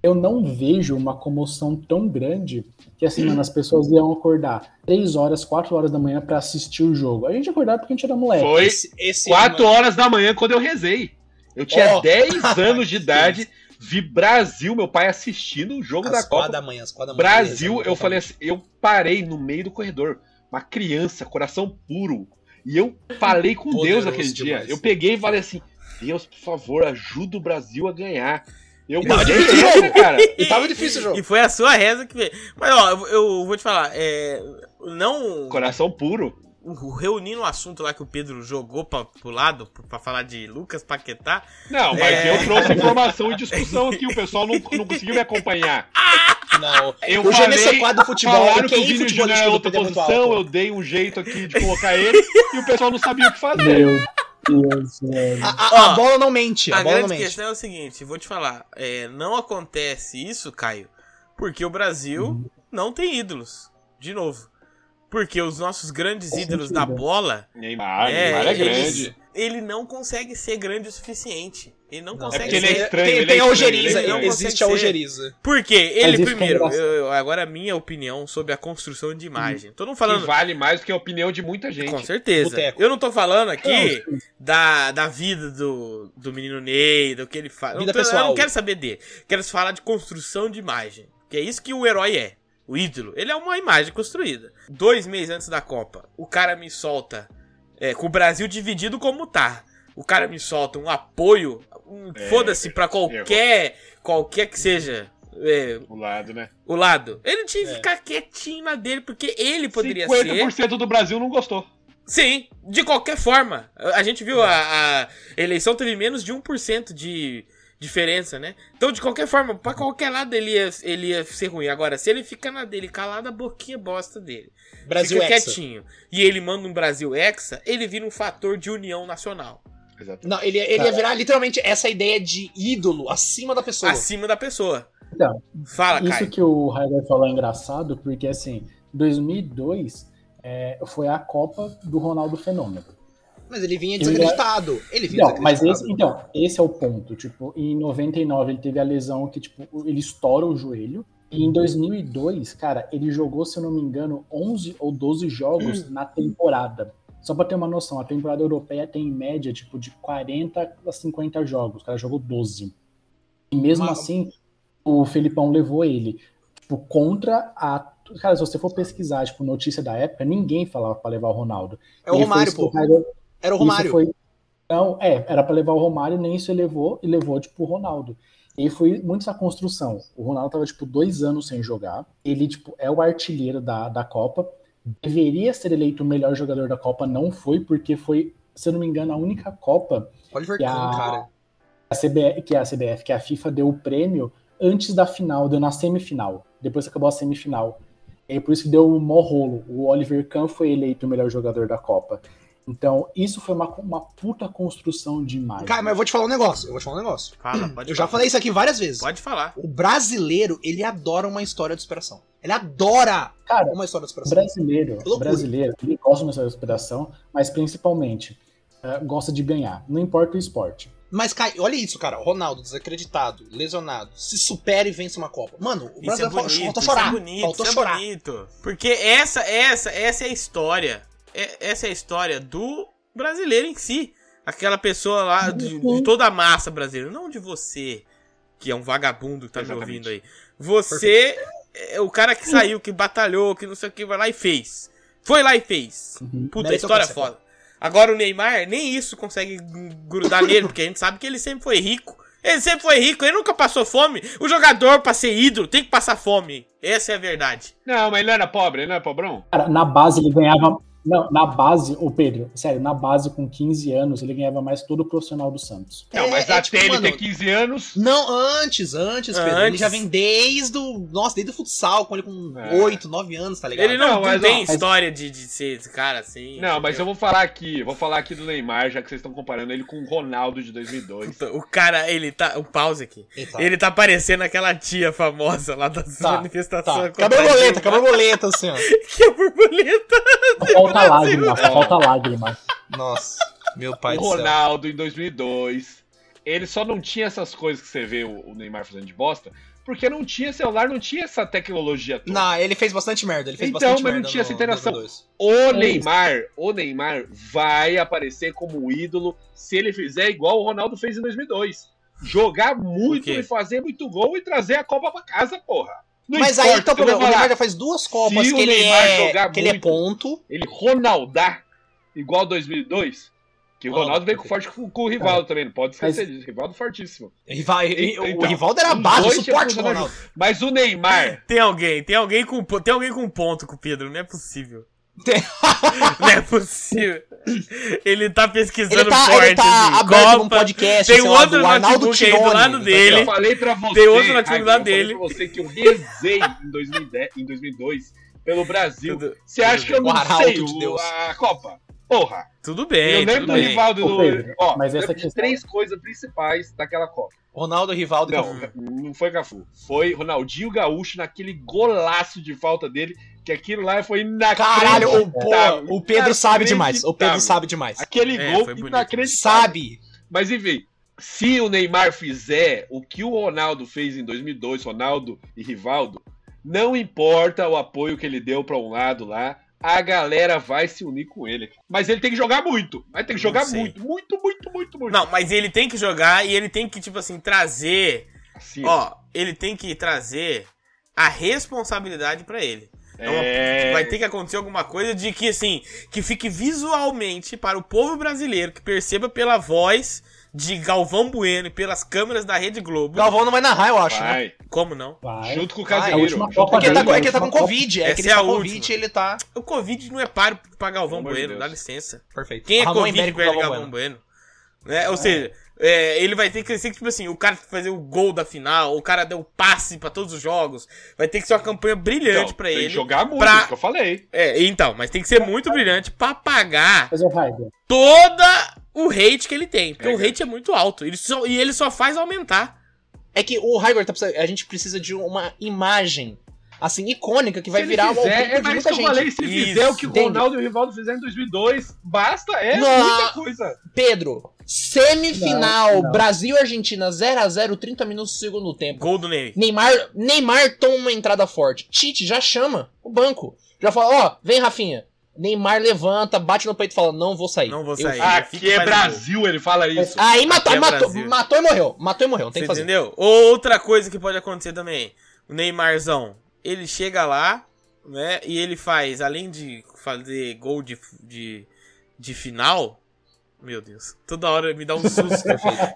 S4: eu não vejo uma comoção tão grande que, assim, mano, as pessoas iam acordar 3 horas, 4 horas da manhã pra assistir o jogo. A gente acordava porque a gente era moleque.
S3: Foi
S2: Esse, esse é
S3: 4 horas da manhã quando eu rezei. Eu tinha
S2: Ó.
S3: 10 anos de idade, vi Brasil, meu pai assistindo o jogo da
S2: Às quatro
S3: Copa.
S2: da manhã, às quatro da manhã.
S3: Brasil, eu falei assim, eu parei no meio do corredor, uma criança, coração puro, e eu falei com Deus
S2: Poderoso
S3: aquele
S2: demais.
S3: dia. Eu peguei e falei assim, Deus, por favor, ajuda o Brasil a ganhar. Eu
S2: E tava
S3: rezei
S2: difícil.
S3: essa, cara.
S2: E tava difícil o jogo.
S1: E foi a sua reza que veio. Mas ó, eu, eu vou te falar, é. Não.
S3: Coração puro.
S1: o- Reunindo o assunto lá que o Pedro jogou pra, pro lado, pra- pra falar de Lucas Paquetá.
S3: Não, mas
S1: É.
S3: eu trouxe informação e discussão aqui, o pessoal não, não conseguiu me acompanhar.
S2: Não.
S3: Eu
S2: o é
S3: falei,
S2: GMC4 do futebol,
S3: Falaram que o
S2: quem
S3: Vini
S2: futebol
S3: Júnior era outra posição, eu dei um jeito aqui de colocar ele e o pessoal não sabia o que fazer.
S4: Meu Deus, velho.
S2: A, a
S1: Ó,
S2: bola não mente, Ah, a,
S1: a
S2: bola não
S1: grande
S2: mente.
S1: questão é o seguinte: vou te falar, é, não acontece isso, Caio, porque o Brasil
S3: Uhum.
S1: não tem ídolos. De novo. Porque os nossos grandes
S4: Faz
S1: ídolos da
S4: sentido.
S1: bola,
S3: Neymar,
S1: É,
S3: Neymar é
S1: eles-
S3: grande.
S1: ele não consegue ser grande o suficiente. Ele não,
S2: Não,
S1: consegue
S3: é porque
S1: ser.
S3: ele é estranho,
S2: Tem,
S3: ele
S2: tem
S3: é
S2: a
S3: estranho,
S2: algeriza,
S3: ele é estranho.
S2: existe a
S1: Não consegue ser.
S2: algeriza.
S1: Porque ele,
S4: isso que é
S1: primeiro,
S4: engraçado.
S1: eu- eu- agora a minha opinião sobre a construção de imagem. Tô não
S3: Que
S1: falando.
S3: vale mais do que a opinião de muita gente.
S1: Com certeza.
S2: Boteco.
S1: Eu não tô falando aqui
S4: Não,
S1: da, da vida do, do menino Ney, do que ele faz.
S2: Vida
S1: eu, não tô- eu
S2: pessoal.
S1: não quero saber dele. Quero falar de construção de imagem. Que é isso que o herói é. O ídolo. Ele é uma imagem construída. Dois meses antes da Copa, o cara me solta. é, com o Brasil dividido como tá. O cara me solta um apoio. um
S3: É,
S1: Foda-se pra
S3: verdade.
S1: qualquer. Qualquer que seja. é,
S3: Do lado, né?
S1: o lado. Ele tinha que
S2: É.
S1: ficar quietinho na dele, porque ele poderia ser.
S3: 50% do Brasil não gostou.
S1: Sim, de qualquer forma. A gente viu a, a eleição teve menos de 1% de diferença, né? Então, de qualquer forma, pra qualquer lado ele ia, ele ia ser ruim. Agora, se ele fica na dele, calado a boquinha bosta dele,
S2: Brasil
S1: fica
S2: Hexa.
S1: quietinho, e ele manda um Brasil hexa, ele vira um fator de união nacional.
S3: Exatamente.
S2: Não, ele, ele ia virar literalmente essa ideia de ídolo acima da pessoa.
S1: Acima da pessoa.
S4: Então,
S1: Fala,
S4: Isso
S1: Caio.
S4: que o Raidar falou é engraçado, porque assim, 2002 é, foi a Copa do Ronaldo Fenômeno.
S2: Mas ele vinha
S4: Ele ia-
S2: desacreditado. Ele vinha
S4: Não, mas esse,
S2: desacreditado.
S4: então, esse é o ponto. Tipo, em 99 ele teve a lesão que, tipo, ele estoura o joelho. E
S2: Uhum.
S4: em 2002, cara, ele jogou, se eu não me engano, 11 ou 12 jogos na temporada. Só pra ter uma noção, a temporada europeia tem em média, tipo, de 40 a 50 jogos. O cara jogou 12. E mesmo
S2: Uma-
S4: assim, o Felipão levou ele. Tipo, contra a. Cara, se você for pesquisar, tipo, notícia da época, ninguém falava pra levar o Ronaldo.
S2: É o
S4: Ele foi
S2: Romário, pô.
S4: escalado-
S2: Era o
S4: isso
S2: Romário.
S4: foi. Não, é, era pra levar o Romário, nem isso ele levou, e levou, tipo, o Ronaldo. E foi muito essa construção. O Ronaldo tava, tipo, dois anos sem jogar. Ele, tipo, é o artilheiro da, da Copa. Deveria ser eleito o melhor jogador da Copa, não foi, porque foi, se eu não me engano, a única Copa
S2: Oliver
S4: que
S2: Kahn,
S4: a-
S2: é um cara.
S4: a CBF, que é a CBF, que a FIFA deu o prêmio antes da final, deu na semifinal. Depois que acabou a semifinal. E por isso que deu o mó rolo. O Oliver Kahn foi eleito o melhor jogador da Copa. Então, isso foi uma, uma puta construção de imagem.
S2: Cara, mas eu vou te falar um negócio. Eu vou te falar um negócio.
S1: Fala, pode
S2: Eu já
S1: falar.
S2: falei isso aqui várias vezes.
S1: Pode falar.
S2: O brasileiro, ele adora uma história de superação. Ele adora
S4: Cara,
S2: uma história de
S4: O
S2: superação.
S4: brasileiro,
S2: assim, Que
S4: o
S2: loucura.
S4: brasileiro, ele gosta dessa inspiração, mas principalmente eh, gosta de ganhar. Não importa o esporte.
S2: Mas, cara, olha isso, cara. Ronaldo, desacreditado, lesionado, se supera e vence uma Copa. Mano, o
S1: Isso é
S2: brasileiro fala-
S1: bonito,
S2: faltou
S1: isso
S2: chorar.
S1: é bonito,
S2: faltou
S1: isso é
S2: chorar.
S1: bonito. Porque essa, essa, essa é a história. É- essa é a história do brasileiro em si. Aquela pessoa lá, de, de toda a massa brasileira. Não de você, que é um vagabundo que tá
S3: Exatamente.
S1: me ouvindo aí. Você é o cara que saiu, que batalhou, que não sei o que, vai lá e fez. Foi lá e fez.
S2: Uhum.
S1: Puta, a história é
S2: Meritocracia.
S1: foda. Agora o Neymar, nem isso consegue grudar nele, porque a gente sabe que ele sempre foi rico. Ele sempre foi rico, ele nunca passou fome. O jogador, pra ser ídolo, tem que passar fome. Essa é a verdade.
S3: Não, mas ele não era pobre, ele não era pobrão?
S4: Cara, na base ele ganhava. Não, na base, o Pedro, sério, na base com 15 anos ele ganhava mais que todo o profissional do Santos.
S3: Não,
S2: É,
S3: mas
S2: é
S3: até
S2: tipo,
S3: ele
S2: mano-
S3: ter 15 anos.
S2: Não, antes, antes, Pedro. Ele
S1: Antes.
S2: já vem desde o. Nossa, desde o futsal, com ele com
S3: É.
S2: 8, 9 anos, tá ligado?
S1: Ele não,
S3: Não, mas,
S1: tem
S3: ó,
S1: história de, de ser esse cara assim.
S3: Não, mas eu
S1: entendeu?
S3: vou falar aqui, vou falar aqui do Neymar, já que vocês estão comparando ele com o Ronaldo de 2002.
S1: Puta, O cara, ele tá. Um pause aqui.
S2: Eita.
S1: Ele tá parecendo aquela tia famosa lá das
S2: Tá,
S1: manifestações. contra
S2: Tá,
S1: a
S2: acabou a borboleta,
S1: Dilma.
S2: acabou a borboleta, assim, ó.
S1: Que é borboleta. é
S4: Falta lágrima,
S2: Brasil.
S4: falta lágrima.
S2: Nossa, meu pai
S3: o
S2: do céu.
S3: Ronaldo em 2002. Ele só não tinha essas coisas que você vê o o Neymar fazendo de bosta, porque não tinha celular, não tinha essa tecnologia toda.
S2: Não, ele fez bastante merda. Ele fez
S3: Então,
S2: bastante
S3: mas não
S2: merda.
S3: tinha essa
S2: no-
S3: interação.
S2: no 2.
S3: O Neymar, o Neymar vai aparecer como um ídolo se ele fizer igual o Ronaldo fez em 2002. Jogar muito
S1: quê?
S3: e fazer muito gol e trazer a Copa pra casa, porra. Não
S2: Mas
S3: importa,
S2: aí tá o
S3: eu vou
S2: problema. O
S3: falar,
S2: Neymar já faz duas Copas
S3: Se
S2: que
S3: o
S2: ele,
S3: Neymar
S2: é,
S3: jogar
S2: que ele é
S3: muito-
S2: ponto.
S3: ele Ronaldar igual 2002, que o
S2: Ronaldo,
S3: Ronaldo veio com
S2: ok. Tá.
S3: forte com, com o Rivaldo também, não pode esquecer disso, Rivaldo fortíssimo.
S2: Rival- e-
S3: Então,
S2: o Rivaldo era a
S3: os
S2: base, o
S3: dois
S2: suporte do
S3: tinham
S2: Ronaldo.
S3: Mas o Neymar,
S1: Tem alguém, tem alguém com po- tem alguém com um ponto com o Pedro, não é possível.
S2: Tem.
S1: não é possível. Ele tá pesquisando
S2: Ele tá,
S1: forte,
S2: ele tá
S1: assim,
S2: aberto num
S1: Copa.
S2: podcast,
S1: tem
S2: sei
S1: um
S2: lá,
S1: outro
S2: do Arnaldo
S1: notebook aí do
S2: Tirone.
S1: lado
S2: tá
S1: dele.
S2: ligado?
S3: eu falei pra você,
S1: Tem outro na time
S3: Raimundo,
S1: lá
S3: eu falei
S1: dele.
S3: pra você que eu rezei em 2010, em 2002 pelo Brasil.
S1: Tudo,
S3: Você acha que eu
S2: O
S3: não
S2: arauto
S3: sei
S2: de
S3: o-
S2: Deus.
S3: a Copa? Porra,
S1: tudo bem,
S3: eu lembro
S1: É, tudo
S3: do
S1: bem.
S3: Rivaldo
S4: Ô,
S3: do.
S4: Pedro,
S3: ó,
S4: mas essa
S3: lembro de
S4: questão-
S3: três coisas principais daquela Copa.
S2: Ronaldo, Rivaldo então, e
S3: Não,
S1: Uhum.
S3: não foi Cafu. Foi Ronaldinho Gaúcho naquele golaço de falta dele, que aquilo lá foi
S2: Caralho,
S3: inacreditável.
S2: o, pô, o Pedro sabe demais. O Pedro sabe demais.
S3: Aquele
S1: É,
S3: gol
S1: foi bonito.
S3: inacreditável.
S2: Sabe.
S3: Mas enfim, se o Neymar fizer o que o Ronaldo fez em 2002, Ronaldo e Rivaldo, não importa o apoio que ele deu pra um lado lá, a galera vai se unir com ele. Mas ele tem que jogar muito, vai ter que
S1: Não
S3: jogar
S1: sei.
S3: muito, muito, muito, muito, muito.
S1: Não, mas ele tem que jogar e ele tem que tipo assim trazer,
S3: Assim,
S1: ó, ele tem que trazer a responsabilidade pra ele.
S3: é...
S1: Vai ter que acontecer alguma coisa de que, assim, que fique visualmente para o povo brasileiro, que perceba pela voz de Galvão Bueno e pelas câmeras da Rede Globo.
S2: Galvão não vai narrar, eu acho. né?
S3: Vai.
S1: Como não?
S4: Vai.
S3: Junto com o
S2: Vai, a
S3: Casemiro.
S4: última
S3: junto
S4: Copa
S3: com o
S2: É que ele tá,
S4: dele,
S3: Casemiro.
S2: é que ele tá com
S4: Essa
S2: Covid, é
S1: Essa
S2: que ele
S1: é
S2: tá
S1: a
S2: com Covid
S1: última.
S2: ele tá.
S1: O Covid não é paro pra Galvão
S3: Pelo amor de
S1: Bueno,
S3: Deus.
S1: dá licença.
S2: Perfeito.
S1: Quem é
S2: Ramon
S1: Covid
S2: Ibérico
S1: vai
S2: Galvão
S1: Galvão Bueno? Né? Ou seja, é, ele vai ter que ser que, tipo assim, o cara fazer o gol da final, o cara deu o passe pra todos os jogos. Vai ter que ser uma campanha brilhante
S3: Então,
S1: pra
S3: tem que
S1: ele.
S3: jogar muito,
S1: pra-
S3: isso que eu falei.
S1: É, então, mas tem que ser muito brilhante pra pagar
S4: Mas, é ô, Raider,
S1: toda o hate que ele tem. Porque o
S3: Pega.
S1: hate é muito alto. Ele só- e ele só faz aumentar.
S2: É que o Hybrid tá precisando- a gente precisa de uma imagem assim icônica que vai
S3: Se ele
S2: virar
S3: fizer,
S2: wallpaper
S3: é,
S2: de
S3: mas
S2: muita
S3: isso que eu
S2: gente.
S3: falei, se
S1: Isso,
S3: fizer o que o
S2: entende?
S3: Ronaldo e o Rivaldo fizeram em 2002, basta, é
S2: Não.
S3: muita coisa.
S2: Pedro, semifinal
S4: Não, não.
S2: Brasil e Argentina 0 a 0, 30 minutos do segundo tempo.
S1: Gol do Ney.
S2: Neymar, Neymar toma uma entrada forte. Tite já chama o banco. Já fala, ó, vem Rafinha. Neymar levanta, bate no peito e fala: "Não vou sair".
S1: Não vou
S2: Eu-
S1: sair.
S3: Ah,
S1: ele fica um
S3: Aqui é
S1: fazendo
S3: Brasil, ele fala isso.
S2: Aí matou,
S1: Aqui é
S2: matou,
S1: Brasil.
S2: matou e morreu. Matou e morreu, não tem
S1: Você
S2: o que fazer.
S1: entendeu? Outra coisa que pode acontecer também. O Neymarzão, ele chega lá, né? E ele faz, além de fazer gol de, de, de final. Meu Deus, toda hora me dá um susto.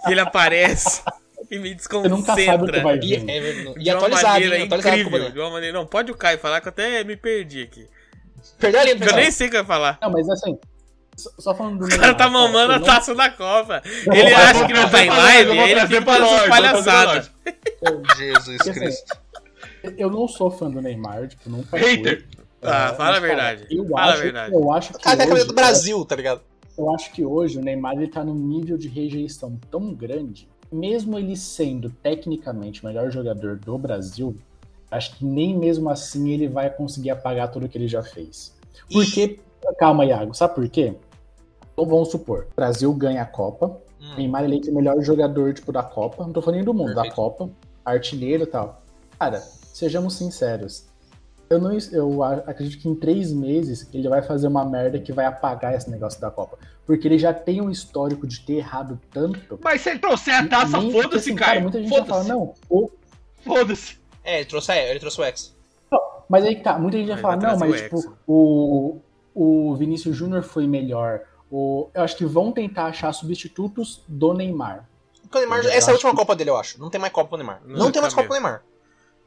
S1: que ele aparece e me
S4: você nunca sabe o que vai
S1: desconcentra.
S2: E,
S4: vir.
S2: é, e
S1: De uma
S2: atualizado,
S1: maneira
S2: hein? Atualizado,
S1: incrível.
S2: Cuba.
S1: De uma maneira. Não, pode o Caio falar que eu até me perdi aqui.
S2: Perdeu a linha do
S1: Eu
S2: pessoal.
S1: nem sei o que eu ia falar.
S4: Não, mas assim, só só falando do
S1: O cara tá mamando a taça da Copa. Ele acha que não tá em live, aí ele fica um fazendo essas palhaçadas.
S2: Jesus
S4: Porque, assim, Eu não sou fã do Neymar, tipo, nunca
S3: Hater.
S4: fui.
S1: Ah, fala a
S4: É, mas, cara,
S1: verdade.
S4: Eu
S1: Fala a
S4: acho,
S1: verdade.
S4: Eu acho que
S2: O cara tem a
S4: hoje,
S2: camisa do Brasil, tá ligado?
S4: Eu acho que hoje o Neymar ele tá num nível de rejeição tão grande, mesmo ele sendo tecnicamente o melhor jogador do Brasil, acho que nem mesmo assim ele vai conseguir apagar tudo que ele já fez. Porque, calma, Iago, sabe por quê? Então vamos supor, o Brasil ganha a Copa,
S3: Hum.
S4: o Neymar eleito o melhor jogador tipo, da Copa, não tô falando nem do mundo, da
S2: Perfeito.
S4: Copa, artilheiro e tal. Cara, sejamos sinceros. Eu, não, eu a- acredito que em três meses ele vai fazer uma merda que vai apagar esse negócio da Copa. Porque ele já tem um histórico de ter errado tanto.
S3: Mas se ele trouxer a taça,
S4: Nem-
S3: foda-se,
S4: assim,
S3: cara.
S4: Muita gente já fala,
S3: Foda-se,
S4: não, o-
S3: foda-se.
S2: É, ele trouxe, é, ele trouxe o X.
S4: Mas aí que tá, muita gente vai
S1: Mas
S2: É,
S4: falar,
S1: vai
S4: não,
S1: trazer
S4: mas
S1: o
S4: tipo, o, o Vinícius Júnior foi melhor. O, eu acho que vão tentar achar substitutos do Neymar.
S2: O Neymar, essa
S4: Eu
S2: é a
S4: acho
S2: última
S4: que-
S2: Copa dele, eu acho. Não tem mais Copa pro Neymar.
S1: Não,
S2: Não, tem mais
S1: tá
S2: Copa pro Neymar.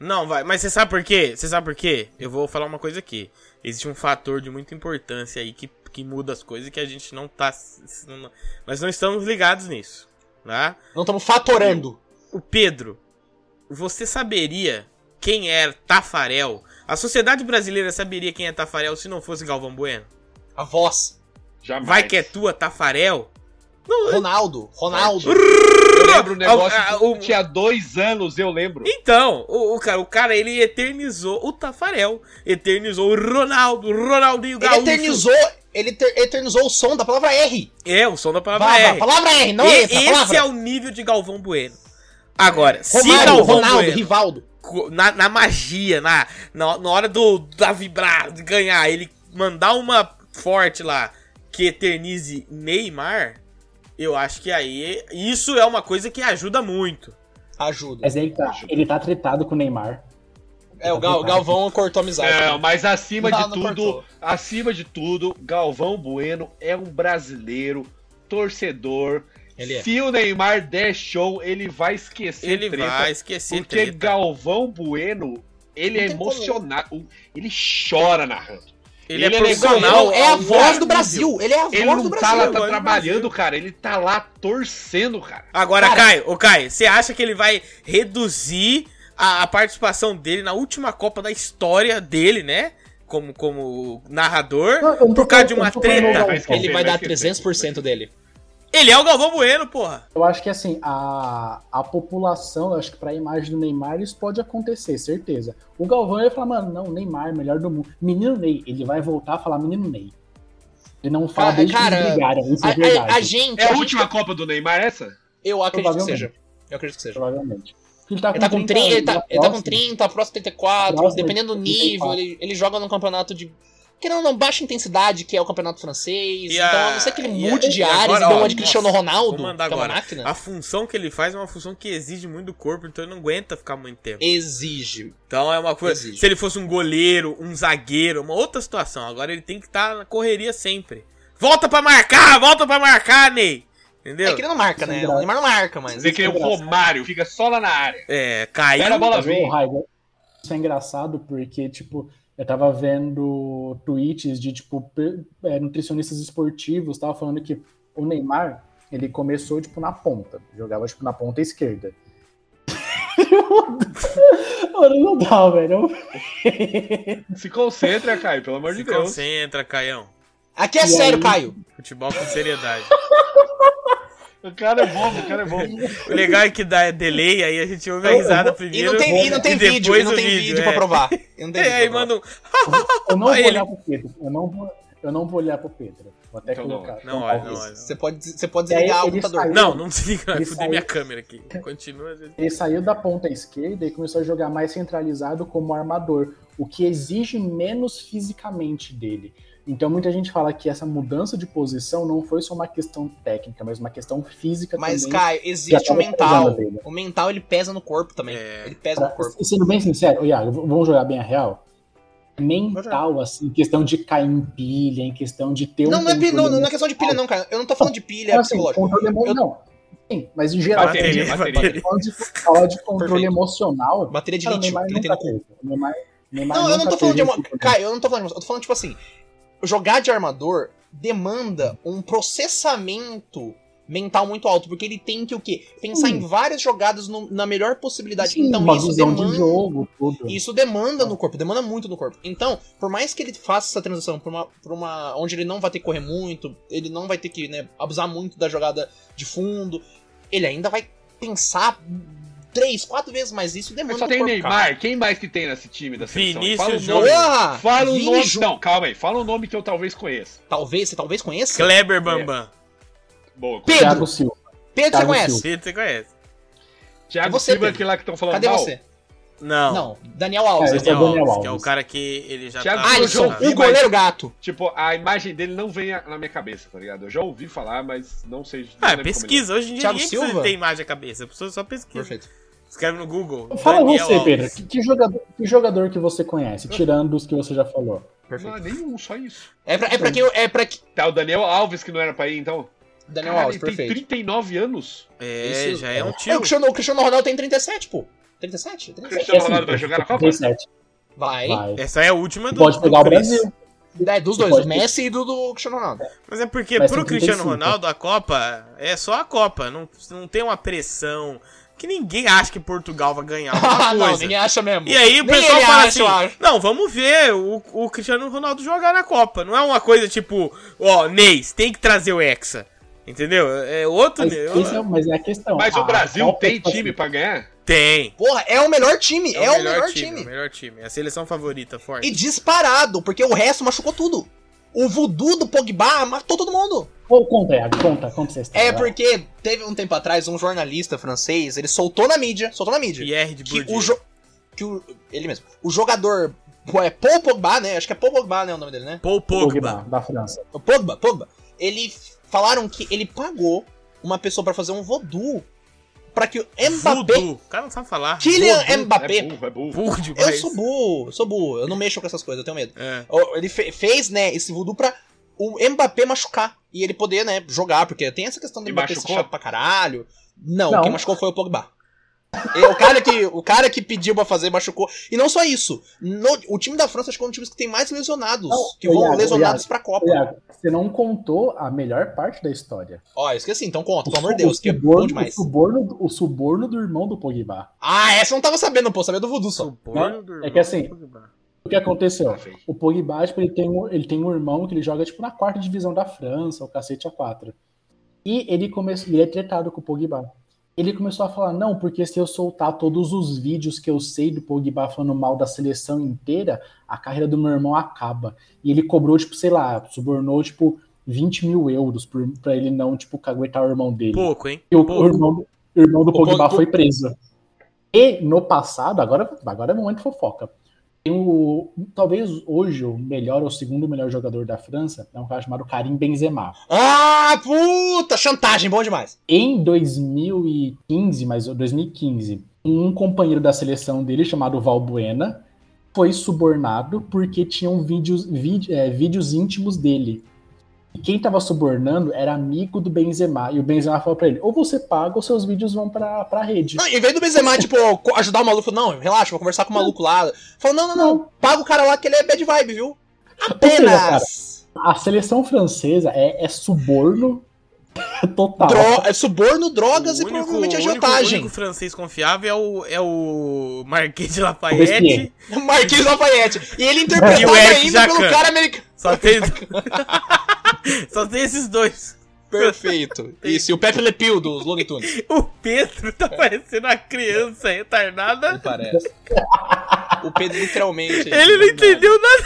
S1: Não, vai, mas você sabe por quê? Você sabe por quê? Eu vou falar uma coisa aqui. Existe um fator de muita importância aí que, que muda as coisas e que a gente não tá. s- s- não- Nós não estamos ligados nisso. Tá?
S2: Não estamos fatorando.
S1: O Pedro, você saberia quem era Tafarel? A sociedade brasileira saberia quem é Tafarel se não fosse Galvão Bueno?
S2: A voz.
S3: Jamais.
S1: Vai que é tua, Tafarel? Não,
S2: Ronaldo. Ronaldo.
S3: Eu lembro um negócio
S1: Ah,
S3: que
S1: o-
S3: tinha dois anos, eu lembro.
S1: Então, o, o cara, o cara, ele eternizou o Tafarel, eternizou o Ronaldo, o Ronaldinho
S2: Ele
S1: Gaúcho.
S2: eternizou, ele ter- eternizou o som da palavra R.
S1: É, o som da palavra
S2: Palavra,
S1: R.
S2: palavra R, não
S1: E-
S2: letra,
S1: esse
S2: palavra.
S1: é o nível de Galvão Bueno. Agora, se
S2: Romário,
S1: Galvão
S2: Ronaldo,
S1: Bueno,
S2: Rivaldo.
S1: co- na, na magia, na, na, na hora do da vibrar, de ganhar, ele mandar uma forte lá que eternize Neymar, eu acho que aí isso é uma coisa que ajuda muito.
S2: Ajuda.
S4: Mas aí que tá, ele tá tretado com o Neymar.
S2: É, o Gal- Galvão cortou a amizade.
S1: É,
S3: Não, mas acima
S2: Não,
S3: de
S2: não
S3: tudo,
S2: cortou.
S3: acima de tudo, Galvão Bueno é um brasileiro, torcedor.
S2: Ele é.
S3: Se o Neymar der show, ele vai esquecer
S1: Ele
S3: treta,
S1: vai esquecer
S3: porque
S1: treta.
S3: Galvão Bueno, ele
S2: Não
S3: é
S2: tem como.
S3: emocionado, ele chora narrando.
S1: Ele,
S3: Ele
S1: é
S3: é
S1: profissional.
S3: legal,
S2: Não, é a
S1: ao
S2: voz do
S1: nível.
S2: Brasil. Ele é a
S3: Ele
S2: voz
S3: não
S2: do
S3: tá lá
S2: Brasil.
S1: voz
S3: tá
S1: do
S3: trabalhando, cara, ele tá lá torcendo, cara.
S1: Agora,
S2: Cara-
S1: Caio, ô Caio, você acha que ele vai reduzir a, a participação dele na última Copa da história dele, né? Como, como narrador,
S4: Não, eu não tô
S1: por causa de
S4: falando-
S1: uma
S4: eu não tô falando
S1: treta.
S4: Galvão.
S3: Ele
S2: Ele vai dar
S3: Vai esquecer.
S2: 300% dele.
S1: Ele é o Galvão Bueno, porra.
S4: Eu acho que assim, a, a população, eu acho que pra imagem do Neymar, isso pode acontecer, certeza. O Galvão ia falar, mano, não, Neymar, melhor do mundo. Menino Ney, ele vai voltar a falar menino Ney. Ele não fala
S2: Cara,
S4: desde que
S2: Ah, cara,
S4: eles brigaram, isso
S2: A,
S4: é verdade. É um
S2: a- a gente.
S3: É a
S2: gente- tá-
S3: última Copa do Neymar essa?
S2: Eu acredito que
S4: Provavelmente.
S2: seja. Eu acredito que seja.
S4: Provavelmente. Ele
S2: Ele tá com 30, ele tá,
S4: anos,
S2: ele tá
S4: na
S2: com
S4: próxima,
S2: 30, a próxima 34,
S4: Próximo é
S2: dependendo do nível,
S4: 34.
S2: ele, ele joga num campeonato de. Que não, não, baixa intensidade, que é o campeonato francês.
S1: E a-
S2: então, a não ser que ele
S1: e a-
S2: mude
S1: e
S2: de áreas
S1: agora,
S2: e dê
S1: ó,
S2: uma de Cristiano
S1: nossa,
S2: Ronaldo,
S1: vou mandar
S2: que é uma
S1: agora.
S2: máquina.
S1: A função que ele faz é uma função que exige muito do corpo, então ele não aguenta ficar muito tempo.
S2: Exige.
S1: Então é uma coisa.
S2: Exige.
S1: Se ele fosse um goleiro, um zagueiro, uma outra tá situação. Agora ele tem que estar na correria sempre. Volta pra marcar, volta pra marcar, Ney! Entendeu?
S2: É que ele não marca, né? O Neymar não marca, mas.
S3: Você que nem o Romário, fica só lá na área.
S1: É, caiu.
S3: Espera a bola
S4: Mas, ô,
S3: vir.
S4: Raigo, Isso é engraçado porque, tipo, eu tava vendo tweets de, tipo, pe- é, nutricionistas esportivos, tava falando que o Neymar, ele começou, tipo, na ponta. Jogava, tipo, na ponta esquerda. Mano, não dá, velho.
S3: Se concentra, Caio, pelo amor
S1: Se
S3: de Deus.
S1: concentra, Caião.
S2: Aqui é
S4: E
S2: sério,
S4: aí?
S2: Caio.
S1: Futebol com seriedade.
S3: O cara é bom, o cara é bom.
S1: O legal é que dá delay, aí a gente ouve a
S4: Eu- eu
S1: risada
S4: vou-
S2: E
S1: primeiro.
S2: não tem, e não tem
S1: depois
S2: vídeo, e não
S1: o
S2: tem vídeo pra
S1: é.
S2: provar. E não tem
S1: É,
S2: vídeo
S1: aí
S2: pra provar.
S1: manda um.
S4: Eu não vou
S1: Aí ele-
S4: olhar pro Pedro. Eu não vou, eu não vou olhar pro Pedro. Vou até
S3: Então não.
S4: colocar.
S1: Não
S4: tampar o
S1: olha, não
S4: rosto.
S1: olha.
S2: Você pode, des- você pode
S4: E aí
S2: desligar o
S4: ele
S2: computador.
S4: saiu.
S1: Não, não desliga, vai
S4: Ele
S1: fuder
S4: saiu.
S1: minha câmera aqui. Continua. gente.
S4: Ele saiu da ponta esquerda e começou a jogar mais centralizado como armador, o que exige menos fisicamente dele. Então muita gente fala que essa mudança de posição não foi só uma questão técnica, mas uma questão física
S2: Mas,
S4: também. tá
S2: Caio, existe o
S4: tava
S2: mental.
S4: pesando dele.
S2: O mental ele pesa no corpo também.
S1: É.
S2: Ele pesa no corpo.
S4: E Sendo bem sincero, ô, Iago, v- vamos jogar bem a real? É Mental, assim, em questão de cair em pilha, em questão de ter
S2: Não,
S4: um.
S2: não é, pilha, não,
S4: controle
S2: não é questão de pilha, não, cara. Eu não tô falando de pilha, é
S4: Assim,
S2: psicológico.
S4: controle emo-
S2: Eu-
S4: não. Sim, mas em geral,
S1: Bateria,
S3: Bateria,
S1: bateria.
S3: bateria.
S4: falar de, falar de controle
S2: Perfeito.
S4: emocional.
S2: Bateria de
S4: cara, o
S2: lítio
S4: Neymar
S2: que ele tem no
S4: nunca
S2: cu.
S4: teve. O Neymar- o Neymar
S2: Não, eu não
S4: nunca
S2: tô falando de.
S4: teve
S2: Uma...
S4: esse tipo de-
S2: Cara, eu não tô falando de. Eu tô falando, tipo assim. Jogar de armador demanda um processamento mental muito alto, porque ele tem que o quê? Pensar
S4: Sim.
S2: em várias jogadas no- na melhor possibilidade.
S4: Sim,
S2: então
S4: uma
S2: isso
S4: visão
S2: demanda.
S4: de jogo, tudo.
S2: Isso demanda no corpo, demanda muito no corpo. Então, por mais que ele faça essa transição pra uma, pra uma. onde ele não vai ter que correr muito, ele não vai ter que né, abusar muito da jogada de fundo, ele ainda vai pensar três, quatro vezes mais. Isso demanda
S3: Mas só
S2: no
S3: tem
S2: corpo, cara.
S3: Neymar. Quem mais que tem nesse time da seleção? Fala
S1: Vinícius
S3: o nome.
S1: Júnior.
S2: Porra!
S3: Fala o
S2: Vini
S3: nome.
S2: Ju-
S3: Não, calma aí. Fala o nome que eu talvez conheça.
S2: Talvez, você talvez conheça?
S1: Kleber Bambam.
S3: Boa.
S2: Pedro.
S4: Thiago Silva.
S2: Pedro, você
S4: Thiago
S2: conhece?
S4: Silva.
S1: Você você conhece?
S3: Thiago
S2: Você,
S3: Silva,
S2: Pedro.
S3: aquele lá que estão falando
S2: Cadê
S3: mal.
S2: você?
S1: Não.
S2: Não, Daniel Alves.
S4: É,
S1: Daniel
S4: esse é o
S1: Alves,
S4: Daniel
S1: que é o
S4: Alves.
S1: cara que ele já
S3: Thiago
S1: tá.
S2: Alisson,
S3: eu já vi,
S2: o goleiro gato.
S3: Tipo, a imagem dele não vem a- na minha cabeça, tá ligado? Eu já ouvi falar, mas não sei. não
S1: Ah,
S3: lembro é.
S1: pesquisa. Hoje em dia
S2: Thiago
S1: ninguém precisa
S2: Silva?
S1: ter imagem na cabeça. A pessoa só pesquisa. Escreve no Google.
S4: Fala
S1: Daniel
S4: você,
S1: Alves.
S4: Pedro. Que, que jogador, que jogador que você conhece, tirando os que você já falou?
S3: como ele é. Não, nenhum, só isso.
S2: É pra, é pra quem. eu- É pra que...
S3: Tá, o Daniel Alves que não era pra ir, então.
S2: Daniel
S3: Cara,
S2: Alves,
S3: ele tem
S2: perfeito.
S3: 39 anos.
S1: É,
S2: Isso,
S1: já é um
S2: É, o,
S1: tio.
S2: Cristiano, o Cristiano Ronaldo tem 37, pô. 37?
S3: O
S2: 37.
S3: Cristiano Ronaldo vai jogar na Copa?
S4: 37,
S2: Vai.
S4: vai.
S1: Essa é a última do.
S4: Pode
S1: do
S4: pegar o
S1: Cris.
S4: Brasil.
S2: É, dos dois,
S4: Pode
S2: do Messi e do, do Cristiano Ronaldo.
S1: Mas é porque
S4: Mas
S1: pro
S4: tem
S1: Cristiano
S4: 35.
S1: Ronaldo a Copa é só a Copa, não, não tem uma pressão que ninguém acha que Portugal vai ganhar alguma
S2: Ah, não,
S1: coisa.
S2: ninguém acha mesmo.
S1: e aí o
S2: Nem
S1: pessoal
S2: ele
S1: fala
S2: acha, eu
S1: assim,
S2: acho.
S1: não, vamos ver o, o Cristiano Ronaldo jogar na Copa. Não é uma coisa tipo, ó, Neis, tem que trazer o Hexa. Entendeu? É outro...
S4: Mas,
S1: eu-
S4: esse é, mas é a questão.
S2: um
S3: Mas
S4: A-
S3: o
S4: a
S3: Brasil
S4: Copa,
S3: tem
S4: tipo
S3: time
S4: assim,
S3: pra ganhar?
S1: Tem.
S2: Porra, é o melhor time. É, o melhor, time.
S1: É o melhor time. É a seleção favorita, forte.
S2: E disparado, porque o resto machucou tudo. O voodoo do Pogba matou todo mundo.
S4: Pô, conta, Iago, conta, conta essa história.
S2: É
S4: vai.
S2: porque teve um tempo atrás um jornalista francês, ele soltou na mídia, soltou na mídia,
S1: Pierre de
S2: que
S1: Bourdieu.
S2: o, jo- que o ele mesmo, o jogador pô, é Paul Pogba, né? Acho que é Paul Pogba, né, o nome dele, né?
S1: Paul Pogba.
S4: Pogba, da França.
S2: O Pogba, Pogba. Ele falaram que ele pagou uma pessoa pra fazer um voodoo pra que o Mbappé,
S1: Voodoo. O cara não sabe falar.
S2: Kylian
S1: Voodoo.
S2: Mbappé,
S3: É burro, é burro.
S1: Burro
S2: eu
S1: demais.
S2: sou burro, eu sou burro, eu não mexo com essas coisas, eu tenho medo.
S1: É.
S2: Ó, Ele fe- fez, né, esse voodoo pra o Mbappé machucar e ele poder, né, jogar, porque tem essa questão do
S3: E
S2: Mbappé ser
S3: machucou?
S2: chato pra caralho. Não,
S4: Não.
S2: quem machucou foi o Pogba. É, o, cara que, o cara que pediu pra fazer machucou. E não só isso. no- o time da França acho que é um dos times que tem mais lesionados.
S4: Não,
S2: que vão
S4: Iago,
S2: lesionados pra Copa.
S4: Iago, você não contou a melhor parte da história.
S2: Ó, eu esqueci, então conta,
S4: O
S2: pelo amor
S4: su-
S2: de Deus,
S4: o
S2: que é
S4: suborno-
S2: bom demais.
S4: O suborno, o suborno do irmão do Pogba.
S2: Ah, essa eu não tava sabendo, pô, sabia do voodoo só.
S1: Suborno do
S4: É
S1: irmão
S4: que assim,
S1: do Pogba.
S4: O que aconteceu?
S3: Tá, velho.
S4: O Pogba, tipo, ele tem, um, ele tem um irmão que ele joga, tipo, na quarta divisão da França, o cacete a quatro. E ele começou, ele é tretado com o Pogba. Ele começou a falar, não, porque se eu soltar todos os vídeos que eu sei do Pogba falando mal da seleção inteira, a carreira do meu irmão acaba. E ele cobrou, tipo, sei lá, subornou, tipo, 20 mil euros por- pra ele não, tipo, caguetar o irmão dele.
S1: Pouco, hein?
S4: E o,
S1: Pouco.
S4: o irmão, do- o irmão do
S2: O Pogba-
S4: Pogba foi preso. E no passado, agora, agora é momento de fofoca. Tem o, talvez hoje o melhor ou segundo melhor jogador da França é um cara chamado Karim Benzema.
S2: Ah, puta! Chantagem, bom demais.
S4: Em 2015, mas 2015, um companheiro da seleção dele chamado Valbuena um foi subornado porque tinham vídeos, vídeo- é, vídeos íntimos dele. E quem tava subornando era amigo do Benzema. E o Benzema falou pra ele: ou você paga ou seus vídeos vão pra, pra rede.
S2: Não, em vez do Benzema, tipo, co- ajudar o maluco, não, relaxa, vou conversar com o maluco lá. Falou, não, não, não, paga o cara lá que ele é bad vibe, viu?
S4: né,
S2: Apenas.
S4: A seleção francesa é, é suborno total.
S2: Dro é suborno, drogas
S1: O
S2: e provavelmente é
S1: o único-
S2: agiotagem.
S1: O único francês confiável é o, é o Marquês de Lafayette.
S2: Marquinhos Lafayette. E ele
S1: E
S2: interpretado
S1: o Eric
S2: ainda pelo
S1: Jacquin.
S2: cara americano.
S1: Só tem. Só tem esses dois.
S2: Perfeito. Isso, e o Pepe Le Pew dos Looney Tunes.
S1: O Pedro tá parecendo uma criança retardada.
S2: Parece. O Pedro literalmente.
S1: Ele não entendeu nada.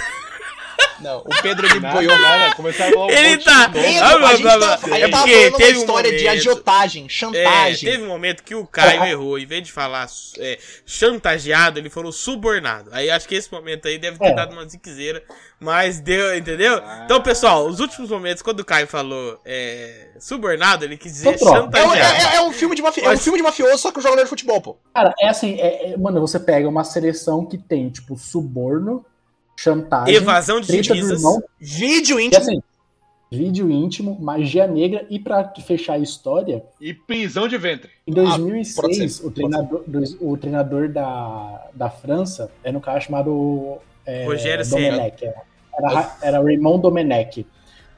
S2: Não, o Pedro ele
S3: Nada,
S2: boiou.
S3: nada, começaram a falar um
S1: Ele
S3: monte
S1: tá-
S3: de nome.
S2: Pedro,
S1: Ah, blá,
S2: a gente
S1: blá,
S2: tá-
S1: blá.
S2: a gente
S1: É
S2: tava
S1: porque
S2: falando uma
S1: teve um
S2: história de
S1: momento.
S2: agiotagem,
S1: É,
S2: chantagem.
S1: teve um momento que o Caio errou. Em vez de falar é, chantageado, ele falou subornado. Aí acho que esse momento aí deve ter
S4: É.
S1: dado uma ziquezeira. Mas deu, entendeu?
S3: Ah.
S1: Então, pessoal, os últimos momentos, quando o Caio falou é, subornado, ele quis dizer
S4: Tô pronto.
S2: É, um-
S1: chantageado.
S2: é- é um filme de mafi... é um
S1: Mas-
S2: filme de mafioso, só que o jogador de futebol, pô.
S4: Cara, é assim, é- é- mano, você pega uma seleção que tem, tipo, suborno, chantagem,
S1: Evasão de
S4: treta do
S1: divisas.
S4: irmão,
S2: Vídeo
S4: e
S2: íntimo.
S4: assim, vídeo íntimo, magia negra, e pra fechar a história,
S3: E prisão de ventre.
S4: em
S2: Ah, pode
S4: 2006,
S2: ser,
S4: o
S2: pode
S4: treinador, do- o treinador da, da França era um cara chamado é,
S1: Rogério Ceni.
S4: Domenech. Era, era, era Raymond Domenech.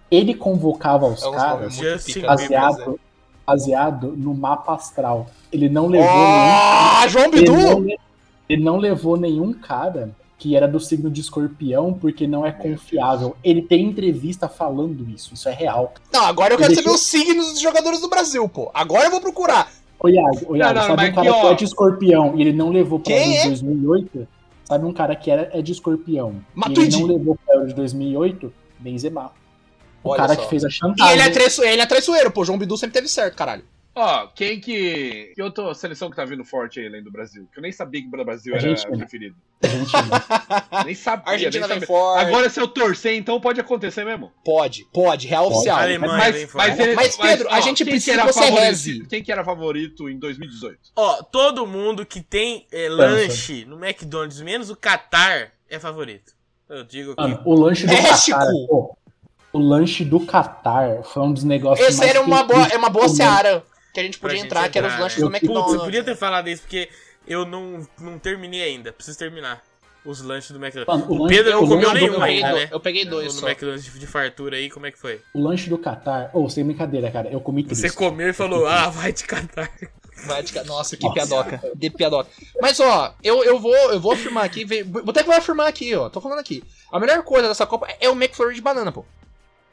S4: Ele convocava os
S2: É uns
S4: caras
S2: nomes muito
S1: Justin
S2: pica, né?
S4: baseado, baseado no mapa astral. Ele não levou nenhum
S2: Ah, João
S4: ele não,
S2: Bidu!
S4: le- ele não levou nenhum cara que era do signo de escorpião porque não é confiável. Ele tem entrevista falando isso, isso é real.
S2: Não, agora eu quero
S4: Deixa
S2: saber
S4: eu-
S2: os signos dos jogadores do Brasil, pô. Agora eu vou procurar.
S4: Ô Iago, ô, Iago,
S3: Não, não,
S4: sabe
S3: mas
S4: um cara
S3: aqui,
S4: que
S3: ó.
S4: é de escorpião e ele não levou pra
S2: Quem
S4: Euro de
S2: é?
S4: 2008? Sabe um cara que era, é de escorpião e ele
S2: Matuidi.
S4: não levou pra Euro de 2008? Benzema. O
S2: Olha
S4: cara
S2: só.
S4: que fez
S2: E
S4: a
S2: ele
S4: chantagem.
S2: é, traiço... ele é traiçoeiro, pô. João Bidu sempre teve certo, caralho.
S3: Ó, quem que. Que outra seleção que tá vindo forte aí além do Brasil? Que eu nem sabia que o Brasil
S4: A
S3: era
S4: gente, né?
S3: preferido.
S4: Argentina.
S3: Nem sabia.
S2: A Argentina
S3: nem
S2: vem
S3: sabia.
S2: forte.
S3: Agora, se eu torcer, então pode acontecer mesmo.
S2: Pode, pode, real
S4: Pode.
S2: oficial.
S1: Alemanha. Mãe, vem
S3: Mas, é
S1: forte.
S3: mas, ele-
S2: Mas, Pedro, a gente
S3: quem
S2: precisa
S3: era
S2: que você
S3: favorito-
S2: reze.
S3: Quem que era favorito em 2018?
S1: Ó, todo mundo que tem é, lanche no McDonald's, menos o Qatar, é favorito. Eu digo que.
S4: Mano, o lanche do
S2: México!
S4: Catar. pô, o lanche do Catar foi um dos negócios
S2: Esse era uma boa, é uma boa seara que a gente
S1: pra
S2: podia
S1: gente
S2: entrar, que era os lanches
S1: né?
S2: do
S4: Eu- putz,
S1: Putz,
S2: McDonald's.
S1: eu podia ter falado isso porque eu não, não terminei ainda. Preciso terminar os lanches do McDonald's.
S4: Mano, o
S1: o
S4: lanche- é
S1: Pedro
S4: eu
S1: não comeu
S4: lembro-
S1: nenhum
S4: eu-
S1: ainda,
S2: eu-
S1: né?
S2: eu peguei dois
S1: No
S2: só.
S1: McDonald's de de fartura aí, como é que foi?
S4: O lanche do Catar. Ô, sem brincadeira, cara. Eu comi tudo.
S1: Você
S4: isso.
S1: comeu e falou, ah, vai te catar.
S2: Vai de ca- Nossa, que
S4: Nossa.
S2: piadoca. De piadoca. Mas ó, eu, eu, vou, eu vou afirmar aqui. ve- Vou até que vou afirmar aqui, ó. Tô falando aqui. A melhor coisa dessa Copa é o McFlurry de banana, pô.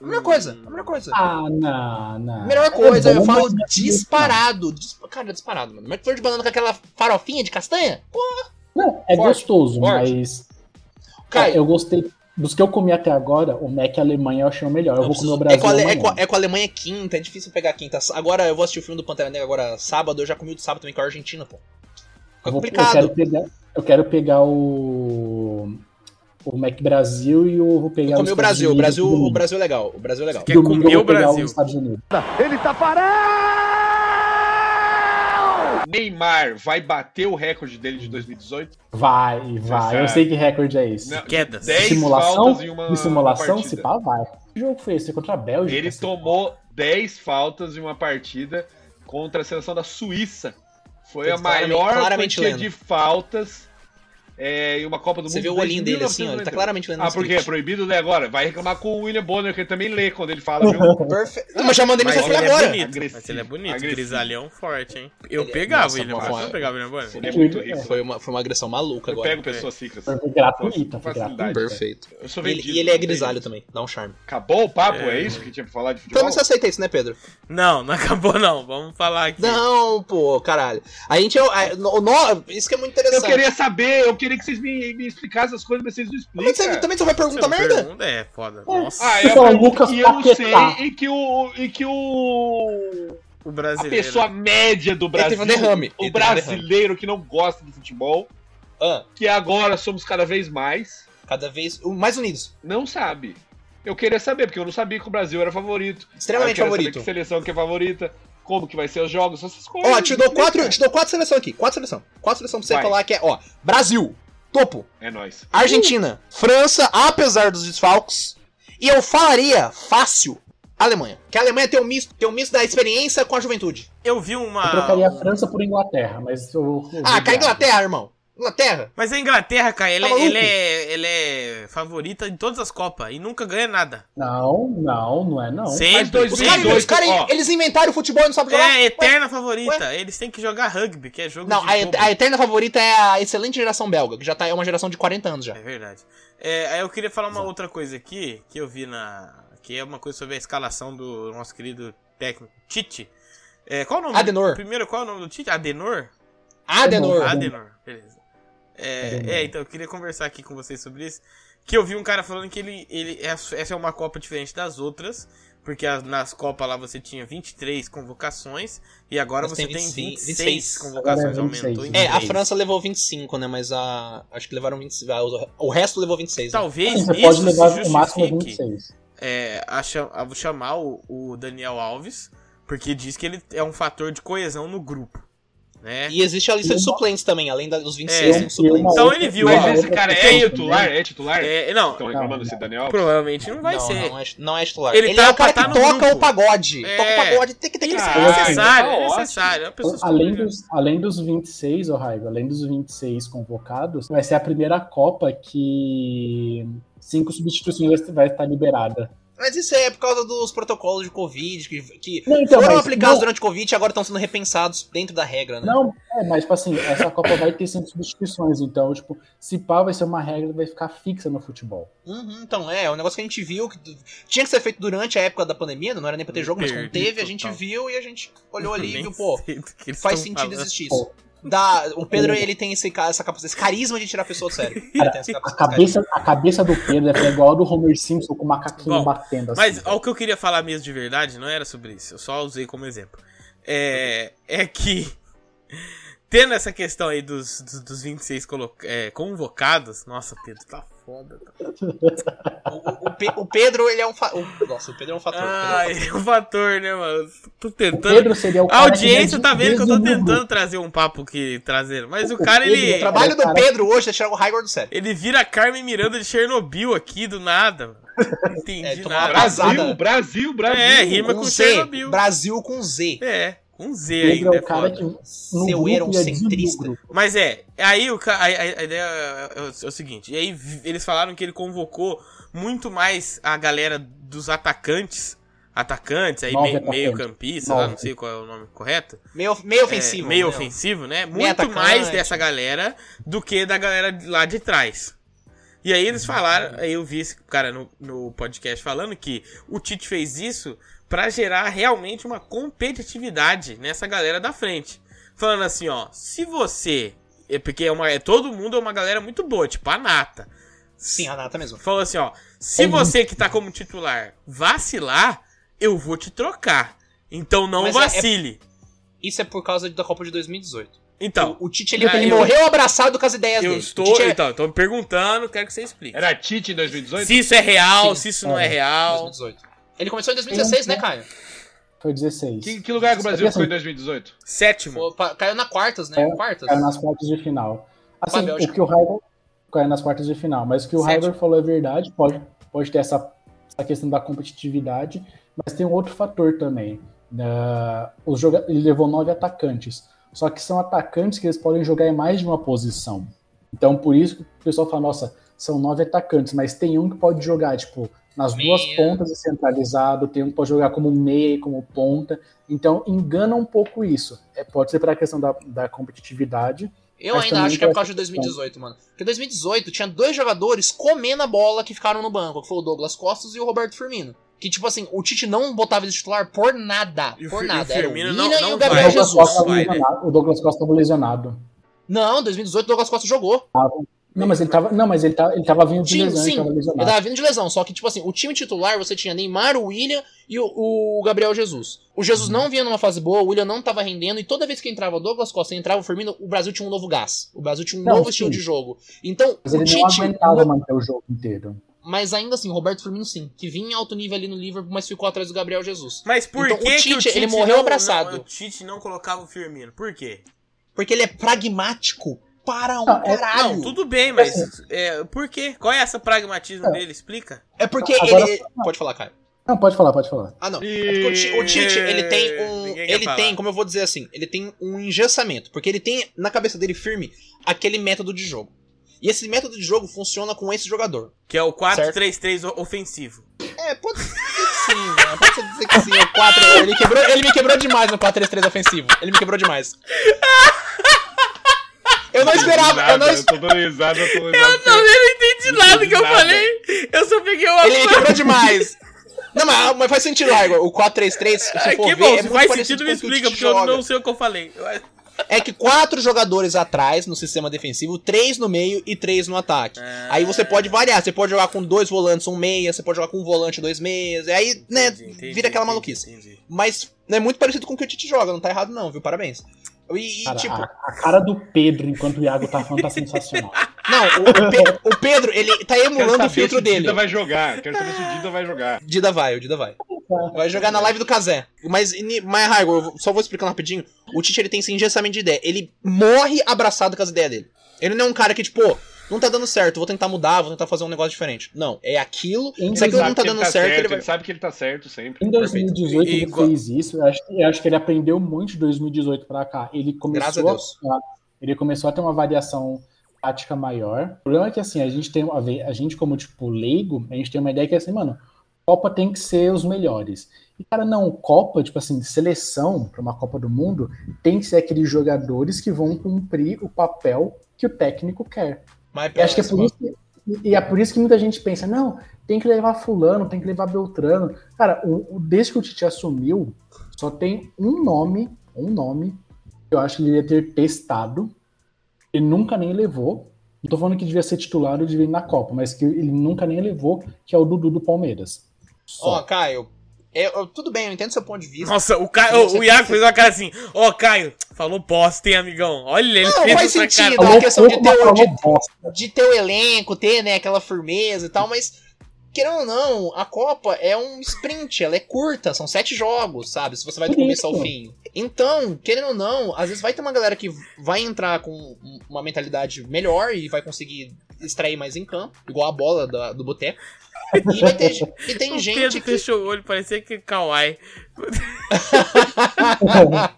S2: A melhor coisa, a melhor coisa.
S4: Ah, não, não.
S2: A melhor coisa,
S4: É bom,
S2: eu falo
S4: mas não é
S2: disparado. Dis- Cara, disparado, mano. McFlurry de banana com aquela farofinha de castanha? Pô,
S4: gostoso. Não, é
S2: Forte,
S4: gostoso,
S2: forte.
S4: mas.
S2: Cara,
S4: é, eu gostei. Dos que eu comi até agora, o Mac Alemanha eu achei o melhor. Eu, vou comer o
S2: é
S4: Brasil. né,
S2: com, a, Ale- é,
S4: amanhã.
S2: com a- é com a Alemanha quinta, é difícil pegar a quinta. Agora eu vou assistir o filme do Pantera Negra agora sábado, eu já comi o do sábado também com a Argentina, pô. Fica
S4: Eu vou-
S2: complicado.
S4: Eu quero pegar, eu quero pegar o. O Mac Brasil e eu vou pegar
S2: Eu comi
S4: os
S2: o Brasil, o
S4: Estados
S2: Brasil,
S4: Unidos
S2: o
S4: domingo.
S2: Brasil é legal, o Brasil é legal.
S1: Quer
S4: Domingo eu
S1: comer
S4: vou
S1: o
S4: pegar
S1: Brasil.
S4: os Estados Unidos.
S5: Ele tá parado!
S3: Neymar vai bater o recorde dele de 2018?
S4: Vai, vai. Eu
S3: sabe.
S4: sei que recorde é esse.
S3: Tá Não,
S1: Quedas.
S3: Dez
S4: simulação?
S3: faltas em uma-
S4: de simulação,
S3: uma
S4: se
S3: partida.
S4: pá, vai. Que jogo foi esse? Contra a Bélgica?
S3: Ele
S4: assim.
S3: tomou 10 faltas em uma partida contra a seleção da Suíça. Foi
S2: Ele tá
S3: a
S2: claramente-
S3: maior
S2: claramente
S3: quantia
S2: lendo.
S3: de faltas é, em uma Copa do
S2: Você
S3: Mundo.
S2: vê o
S3: desde
S2: olhinho dele assim, ó, ele tá
S3: 1990.
S2: claramente lendo
S3: Ah,
S2: no
S3: por quê? É
S2: script.
S3: proibido ler agora? Vai reclamar com o William Bonner, que ele também lê quando ele fala, viu?
S2: Perfeito. Não, mas já mandei
S1: Mas
S2: mensagem
S1: ele,
S2: pra ele
S1: é
S2: agora.
S1: bonito,
S3: Agressivo,
S1: mas ele é bonito,
S3: agressivo.
S1: grisalhão forte, hein? Eu
S2: Ele é-
S1: pegava
S2: nossa,
S1: ele,
S2: uma-
S1: mas você não pegava ele, mano?
S3: Ele é muito
S4: É.
S3: rico.
S2: Foi uma, foi uma agressão maluca
S3: Eu
S2: agora.
S3: pego pessoas ricas.
S4: Foi gratuita, foi
S3: Facilidade.
S4: gratuita.
S2: Perfeito.
S3: Eu sou
S2: E ele,
S3: vendido,
S2: e ele é
S3: não tem
S2: grisalho
S3: jeito.
S2: também, dá um charme.
S3: Acabou o papo? É,
S1: É.
S3: isso que tinha pra falar de futebol?
S2: Pelo menos você aceita isso, né, Pedro?
S1: Não, não acabou não. Vamos falar aqui.
S2: Não, pô, caralho. A gente é. o- a- no- no- isso que é muito
S3: Eu
S2: interessante.
S3: queria saber, eu queria que vocês me, me explicassem as coisas, mas vocês não
S2: Como é que
S3: explicam.
S2: você também só vai perguntar
S1: Essa
S2: merda?
S1: pergunta é foda. Nossa,
S3: Ah,
S4: Então,
S3: é o
S4: Lucas
S3: que eu
S4: Paquetá.
S3: sei e que o. E que o.
S1: o
S3: A
S1: brasileiro.
S3: pessoa média do Brasil.
S2: teve um derrame.
S3: O
S2: Ele teve um
S3: brasileiro que não gosta do futebol,
S2: Ah,
S3: que agora somos cada vez mais,
S2: cada vez. o Mais unidos.
S3: não sabe. Eu queria saber, porque eu não sabia que o Brasil era favorito.
S2: Extremamente
S3: Ah, Eu quero saber
S2: favorito.
S3: Que seleção que é favorita, como que vai ser os jogos, essas coisas.
S2: Ó, te dou quatro. Te dou quatro seleções aqui. Quatro seleções. Quatro seleções pra você
S3: Vai.
S2: falar que é, ó. Brasil, topo.
S3: É nóis.
S2: Argentina, França, apesar dos desfalques. E eu falaria fácil Alemanha. Que a Alemanha tem um misto, tem um misto da experiência com a juventude.
S1: Eu vi
S4: Eu
S1: uma.
S4: trocaria a França por Inglaterra, mas eu. eu-
S2: Ah, cara, Inglaterra, irmão. Inglaterra.
S1: Mas a Inglaterra, cara, ela,
S2: Tá maluco?
S1: ela é, ela é favorita em todas as Copas e nunca ganha nada.
S4: Não, não, não é não.
S1: Sempre.
S3: dois
S2: Os
S1: sempre.
S2: caras,
S3: dois,
S2: os caras,
S3: ó.
S2: eles inventaram o futebol e não sabem jogar.
S1: É,
S2: Ué,
S1: eterna favorita. Eles têm que jogar rugby, que é jogo
S2: Não,
S1: de
S2: a,
S1: bobo.
S2: a eterna favorita é a excelente geração belga, que já tá, é uma geração de 40 anos já.
S1: É verdade. É, aí eu queria falar uma outra coisa aqui, que eu vi na. Que é uma coisa sobre a escalação do nosso querido técnico Tite. É, qual o nome?
S2: Adenor.
S1: Primeiro, qual é o nome do Tite? Adenor?
S2: Adenor.
S4: Adenor.
S1: Adenor, beleza. É,
S4: Adenor.
S1: é, então eu queria conversar aqui com vocês sobre isso. Que eu vi um cara falando que ele, ele essa essa é uma Copa diferente das outras, porque as- nas Copas lá você tinha 23 convocações e agora
S2: Mas
S1: você
S2: tem
S1: tem
S2: 25,
S1: 26,
S2: 26.
S1: convocações,
S4: Agora é 26,
S1: aumentou em
S2: É, a
S1: 26.
S2: França levou 25, né? Mas a. Acho que levaram 25. ah, O resto levou 26. né?
S1: Talvez
S4: Você
S1: isso
S4: pode levar
S1: se
S4: o máximo de
S1: justifique
S4: 26.
S1: é, a, cha- a chamar o, o Daniel Alves, porque diz que ele é um fator de coesão no grupo, né?
S2: E existe a lista de
S4: E uma-
S2: suplentes também, além da- dos 26
S1: É.
S2: tem os suplentes.
S1: Então ele viu,
S3: Mas
S1: ó,
S3: esse cara é titular? É titular?
S1: É, não,
S3: Estão reclamando
S4: Não,
S3: desse Daniel?
S1: provavelmente não vai
S2: não,
S1: ser.
S2: Não é, não é titular.
S1: Ele
S2: Ele,
S1: tá
S2: é o cara
S1: pra tá
S2: que
S1: no
S2: toca
S1: grupo.
S2: o pagode.
S1: É.
S2: Toca o pagode, tem que ter que
S1: Isso,
S2: ser.
S3: Ah,
S1: é necessário,
S3: tá
S1: é
S3: ótimo.
S1: necessário. É uma pessoa
S4: Além
S1: superior.
S4: dos, além dos 26, ô Raigo, além dos 26 convocados, vai ser a primeira Copa que cinco substituições vai- vai estar liberada.
S2: Mas isso é por causa dos protocolos de Covid, que, que
S4: Não, então,
S2: foram
S4: mas-
S2: aplicados
S4: não.
S2: durante o Covid e agora estão sendo repensados dentro da regra, né?
S4: Não, é, mas tipo assim, essa Copa vai ter cinco substituições, então, tipo, se pá vai ser uma regra que vai ficar fixa no futebol.
S2: Uhum, então, é, é um negócio que a gente viu que tu- tinha que ser feito durante a época da pandemia, não era nem pra ter
S1: Me
S2: jogo, mas como
S1: perdi
S2: teve, a
S1: total.
S2: gente viu e a gente olhou ali e
S1: Nem
S2: viu, pô,
S1: sei Então, do que eles
S2: faz
S1: tão
S2: sentido
S1: falando.
S2: existir isso. Dá- o Pedro, ele tem esse, ca- essa capacidade, esse carisma de tirar a pessoa do sério. Ele tem essa
S4: A
S2: capacidade.
S4: cabeça, a cabeça do Pedro é igual a do Homer Simpson com o macaquinho
S1: Bom,
S4: batendo assim.
S1: Mas ó, o que eu queria falar mesmo de verdade não era sobre isso, eu só usei como exemplo. É, é que, tendo essa questão aí dos, dos, dos 26 colo- é, convocados, nossa, Pedro, tá foda. Tá.
S2: O, o Pe- o Pedro, ele é um fator. Nossa, o Pedro é um fator. o Pedro é um fator.
S1: Ai, é um fator, né, mano? Tô
S4: O
S1: tentando.
S4: Pedro seria o
S1: A
S4: cara que
S1: audiência
S4: des-
S1: tá vendo que eu tô
S4: desumilha.
S1: tentando trazer um papo que trazendo, mas o
S4: O
S1: cara
S4: Pedro
S2: O
S1: ele.
S4: trabalha-
S2: trabalho do
S4: Cara.
S2: Pedro hoje é tirar o Raigor do sério.
S1: Ele vira Carmen Miranda de Chernobyl aqui do nada. mano. Não
S2: É,
S1: entendi
S2: tomar
S1: nada.
S3: Brasil,
S2: Casada.
S3: Brasil, Brasil.
S1: É, rima com
S2: com Z.
S1: Chernobyl.
S2: Brasil com Z.
S1: É, com Z
S4: Pedro
S1: ainda.
S4: é
S1: É
S4: o cara
S1: foda.
S4: que no
S2: Seu
S4: grupo é ia
S2: eurocentrista.
S4: desumilha o grupo.
S1: Mas é, aí o ca- a, a- a ideia é, é o- é o seguinte, e aí vi- eles falaram que ele convocou muito mais a galera dos atacantes, atacantes, aí
S4: Nove
S1: meio,
S4: atacantes.
S1: meio campista, lá, não
S4: Nove.
S1: sei qual é o nome correto.
S2: Meio, meio
S1: É,
S2: ofensivo.
S1: meio
S2: né?
S1: ofensivo, né?
S2: Meio
S1: Muito
S2: atacante.
S1: mais dessa galera do que da galera de lá de trás. E aí eles falaram, aí eu vi esse cara no, no podcast falando que o Tite fez isso pra gerar realmente uma competitividade nessa galera da frente. Falando assim, ó, se você. É porque é uma, é, todo mundo é uma galera muito boa, tipo a Nata.
S2: Sim, Renata mesmo.
S1: Falou assim, ó. Se
S4: É
S1: você que tá como titular vacilar, eu vou te trocar. Então não
S2: Mas é- é-
S1: vacile.
S2: Isso é por causa da Copa de 2018.
S1: Então.
S2: O Tite, ele,
S1: Ah,
S2: ele
S1: eu-
S2: morreu abraçado com as ideias
S1: Eu
S2: dele.
S1: estou,
S2: O Tite é-
S1: então, eu tô me perguntando, quero que você explique.
S3: Era Tite em 2018?
S1: Se isso é real,
S2: Sim,
S1: se isso não é
S4: é.
S1: real.
S2: 2018. Ele começou em 2016, né, Caio?
S4: Foi 16.
S3: Que, que lugar que o Brasil ficou em 2018?
S1: Sétimo.
S2: Pô, pa- Caiu na quartas, né?
S4: É,
S2: Quartas.
S4: Caiu nas quartas de final. Assim,
S2: Com a Bélgica.
S4: o que o Raidor caiu nas quartas de final, mas o que o
S2: Sete.
S4: Raidor falou é verdade, pode, pode ter essa, essa questão da competitividade, mas tem um outro fator também. Ah, os joga- Ele levou nove atacantes, só que são atacantes que eles podem jogar em mais de uma posição. Então, por isso que o pessoal fala, nossa, são nove atacantes, mas tem um que pode jogar, tipo, nas duas
S2: Meia.
S4: pontas e centralizado, tem um que pode jogar como meia e como ponta. Então, engana um pouco isso. É, pode ser para a questão da, da competitividade.
S2: Eu
S4: Mas
S2: ainda
S4: também
S2: acho que é por
S4: tem
S2: causa de 2018, mano. Porque 2018 tinha dois jogadores comendo a bola que ficaram no banco, que foi o Douglas Costas e o Roberto Firmino. Que, tipo assim, o Tite não botava ele de titular por nada.
S1: E o
S2: por
S1: Fir- e o
S2: nada. Era o
S1: Firmino
S2: William
S1: não-
S2: e
S1: não
S2: o
S4: O
S1: vai,
S2: Gabriel
S1: né?
S4: Douglas,
S2: Jesus.
S4: Costa tava
S1: vai, né?
S4: lesionado, o Douglas Costa estava lesionado.
S2: Não, 2018 o Douglas Costa jogou.
S4: Não, mas ele tava, não, mas ele tava, ele tava vindo de
S2: Sim,
S4: lesão,
S2: sim.
S4: ele tava
S2: Ele
S4: lesionado.
S2: tava vindo de lesão. Só que, tipo assim, o time titular você tinha Neymar, o William e o, o Gabriel Jesus. O Jesus não vinha numa fase boa, o William não tava rendendo. E toda vez que entrava o Douglas Costa e entrava o Firmino, o Brasil tinha um novo gás. O Brasil tinha um
S4: Não,
S2: novo
S4: sim.
S2: estilo de jogo. Então,
S4: Mas
S2: o
S4: ele não
S2: Tite
S4: aguentava manter o jogo inteiro.
S2: Mas ainda assim, Roberto Firmino sim, que vinha em alto nível ali no Liverpool, mas ficou atrás do Gabriel Jesus.
S1: Mas por
S2: Então,
S1: que,
S2: o
S1: que
S2: Tite, ele morreu
S1: não-
S2: abraçado.
S1: não- o Tite não colocava o Firmino? Por quê?
S2: Porque ele é pragmático para um
S4: Não, é-
S2: caralho.
S1: Não, tudo bem, mas é, por quê? Qual é esse pragmatismo
S4: É.
S1: dele? Explica.
S2: É porque
S4: Agora-
S2: ele. Pode falar, Caio.
S4: Não, Não, pode falar, pode falar.
S2: Ah, não. É porque o Ti- o Tite,
S1: Ih,
S2: ele tem um.
S1: ninguém quer
S2: Ele
S1: falar.
S2: tem, como eu vou dizer assim, ele tem um engessamento. Porque ele tem na cabeça dele firme aquele método de jogo. E esse método de jogo funciona com esse jogador.
S1: Que é o 4-3-3 o- ofensivo.
S2: É, pode ser que sim, né? Pode ser dizer que sim. O 4. Ele, quebrou, ele me quebrou demais no 4-3-3 ofensivo. Ele me quebrou demais. Eu não esperava, eu não
S3: Eu tô dando risada, eu tô dando risada.
S1: Eu também não entendi nada que eu
S3: Nada.
S1: falei. Eu só peguei uma
S2: Ele me
S1: frase.
S2: quebrou demais. Não, mas, mas faz sentido, Igor. O 4-3-3,
S1: Ah,
S2: se for
S1: Que
S2: ver,
S1: bom,
S2: é
S1: se
S2: muito
S1: faz
S2: parecido
S1: sentido
S2: com
S1: me
S2: o que o
S1: explica,
S2: Tite
S1: porque eu
S2: joga.
S1: não sei o que eu falei. Eu-
S2: É que quatro jogadores atrás no sistema defensivo, três no meio e três no ataque. Aí
S1: É.
S2: você pode variar, você pode jogar com dois volantes, um meia, você pode jogar com um volante, dois meias, e aí, né,
S1: Entendi, entendi,
S2: vira aquela
S1: entendi,
S2: maluquice.
S1: entendi.
S2: Mas é muito parecido com o que o Tite joga, não tá errado não, viu? Parabéns. E, e,
S4: Cara,
S2: tipo,
S3: ah.
S4: a, a cara do Pedro enquanto o Iago tá falando tá sensacional.
S2: não, o, o Pe- o Pedro, ele tá
S3: Quero
S2: emulando o
S3: saber se
S2: filtro dele.
S3: Dida vai jogar. Quero saber se o Dida vai jogar.
S2: Dida vai, o Dida vai. Vai jogar na live do Kazé. Mas, ni- mas Raigo, eu vou- só vou explicando rapidinho. O Tite, ele tem esse engessamento de ideia. Ele morre abraçado com as ideias dele. Ele não é um cara que, tipo, "Pô, não tá dando certo, vou tentar mudar, vou tentar fazer um negócio diferente. Não, é aquilo.
S4: Ele
S2: Se aquilo
S3: sabe
S2: não tá
S3: que ele
S2: dando certo, ele vai...
S3: Ele sabe que ele tá certo sempre.
S4: Em 2018
S1: E- e
S4: ele
S1: qual-
S4: fez isso. Eu acho, que- eu acho que ele aprendeu muito de 2018 pra cá. Ele
S2: Graças a
S4: começou,
S2: Deus.
S4: a, ele começou a ter uma variação tática maior. O problema é que assim a gente tem uma ve- a gente como tipo leigo a gente tem uma ideia que é assim, mano, Copa tem que ser os melhores. E cara não, Copa tipo assim seleção pra uma Copa do Mundo tem que ser aqueles jogadores que vão cumprir o papel que o técnico quer.
S2: Mas,
S4: Eu acho que é por isso que, e é por isso que muita gente pensa, não, tem que levar fulano, tem que levar Beltrano. Cara, o, o- desde que o Tite assumiu, só tem um nome, um nome, que eu acho que ele devia ter testado, ele nunca nem levou. Não tô falando que devia ser titular ou devia ir na Copa, mas que ele nunca nem levou, que é o Dudu do Palmeiras.
S2: Ó,
S4: Só.
S2: Caio, é- eu- tudo bem, eu entendo seu ponto de vista.
S1: Nossa, o, Ca... o, o Iago fez uma cara assim. Ó, Caio, falou bosta, hein, amigão? Olha, ele
S2: Não,
S1: fez
S2: faz
S1: essa
S2: sentido.
S1: cara.
S2: é uma questão de
S4: mas
S2: teoria.
S4: falou bosta.
S2: de ter o elenco, ter, né, aquela firmeza e tal, mas, querendo ou não, a Copa é um sprint, ela é curta, são sete jogos, sabe? Se você vai do
S4: Por
S2: começo ao
S4: isso.
S2: fim. Então, querendo ou não, às vezes vai ter uma galera que vai entrar com um- uma mentalidade melhor e vai conseguir extrair mais em campo, igual a bola da- do boteco. E, vai ter, e tem
S1: O
S2: gente
S1: Pedro
S2: que.
S1: fechou o olho, parecia que Kawhi.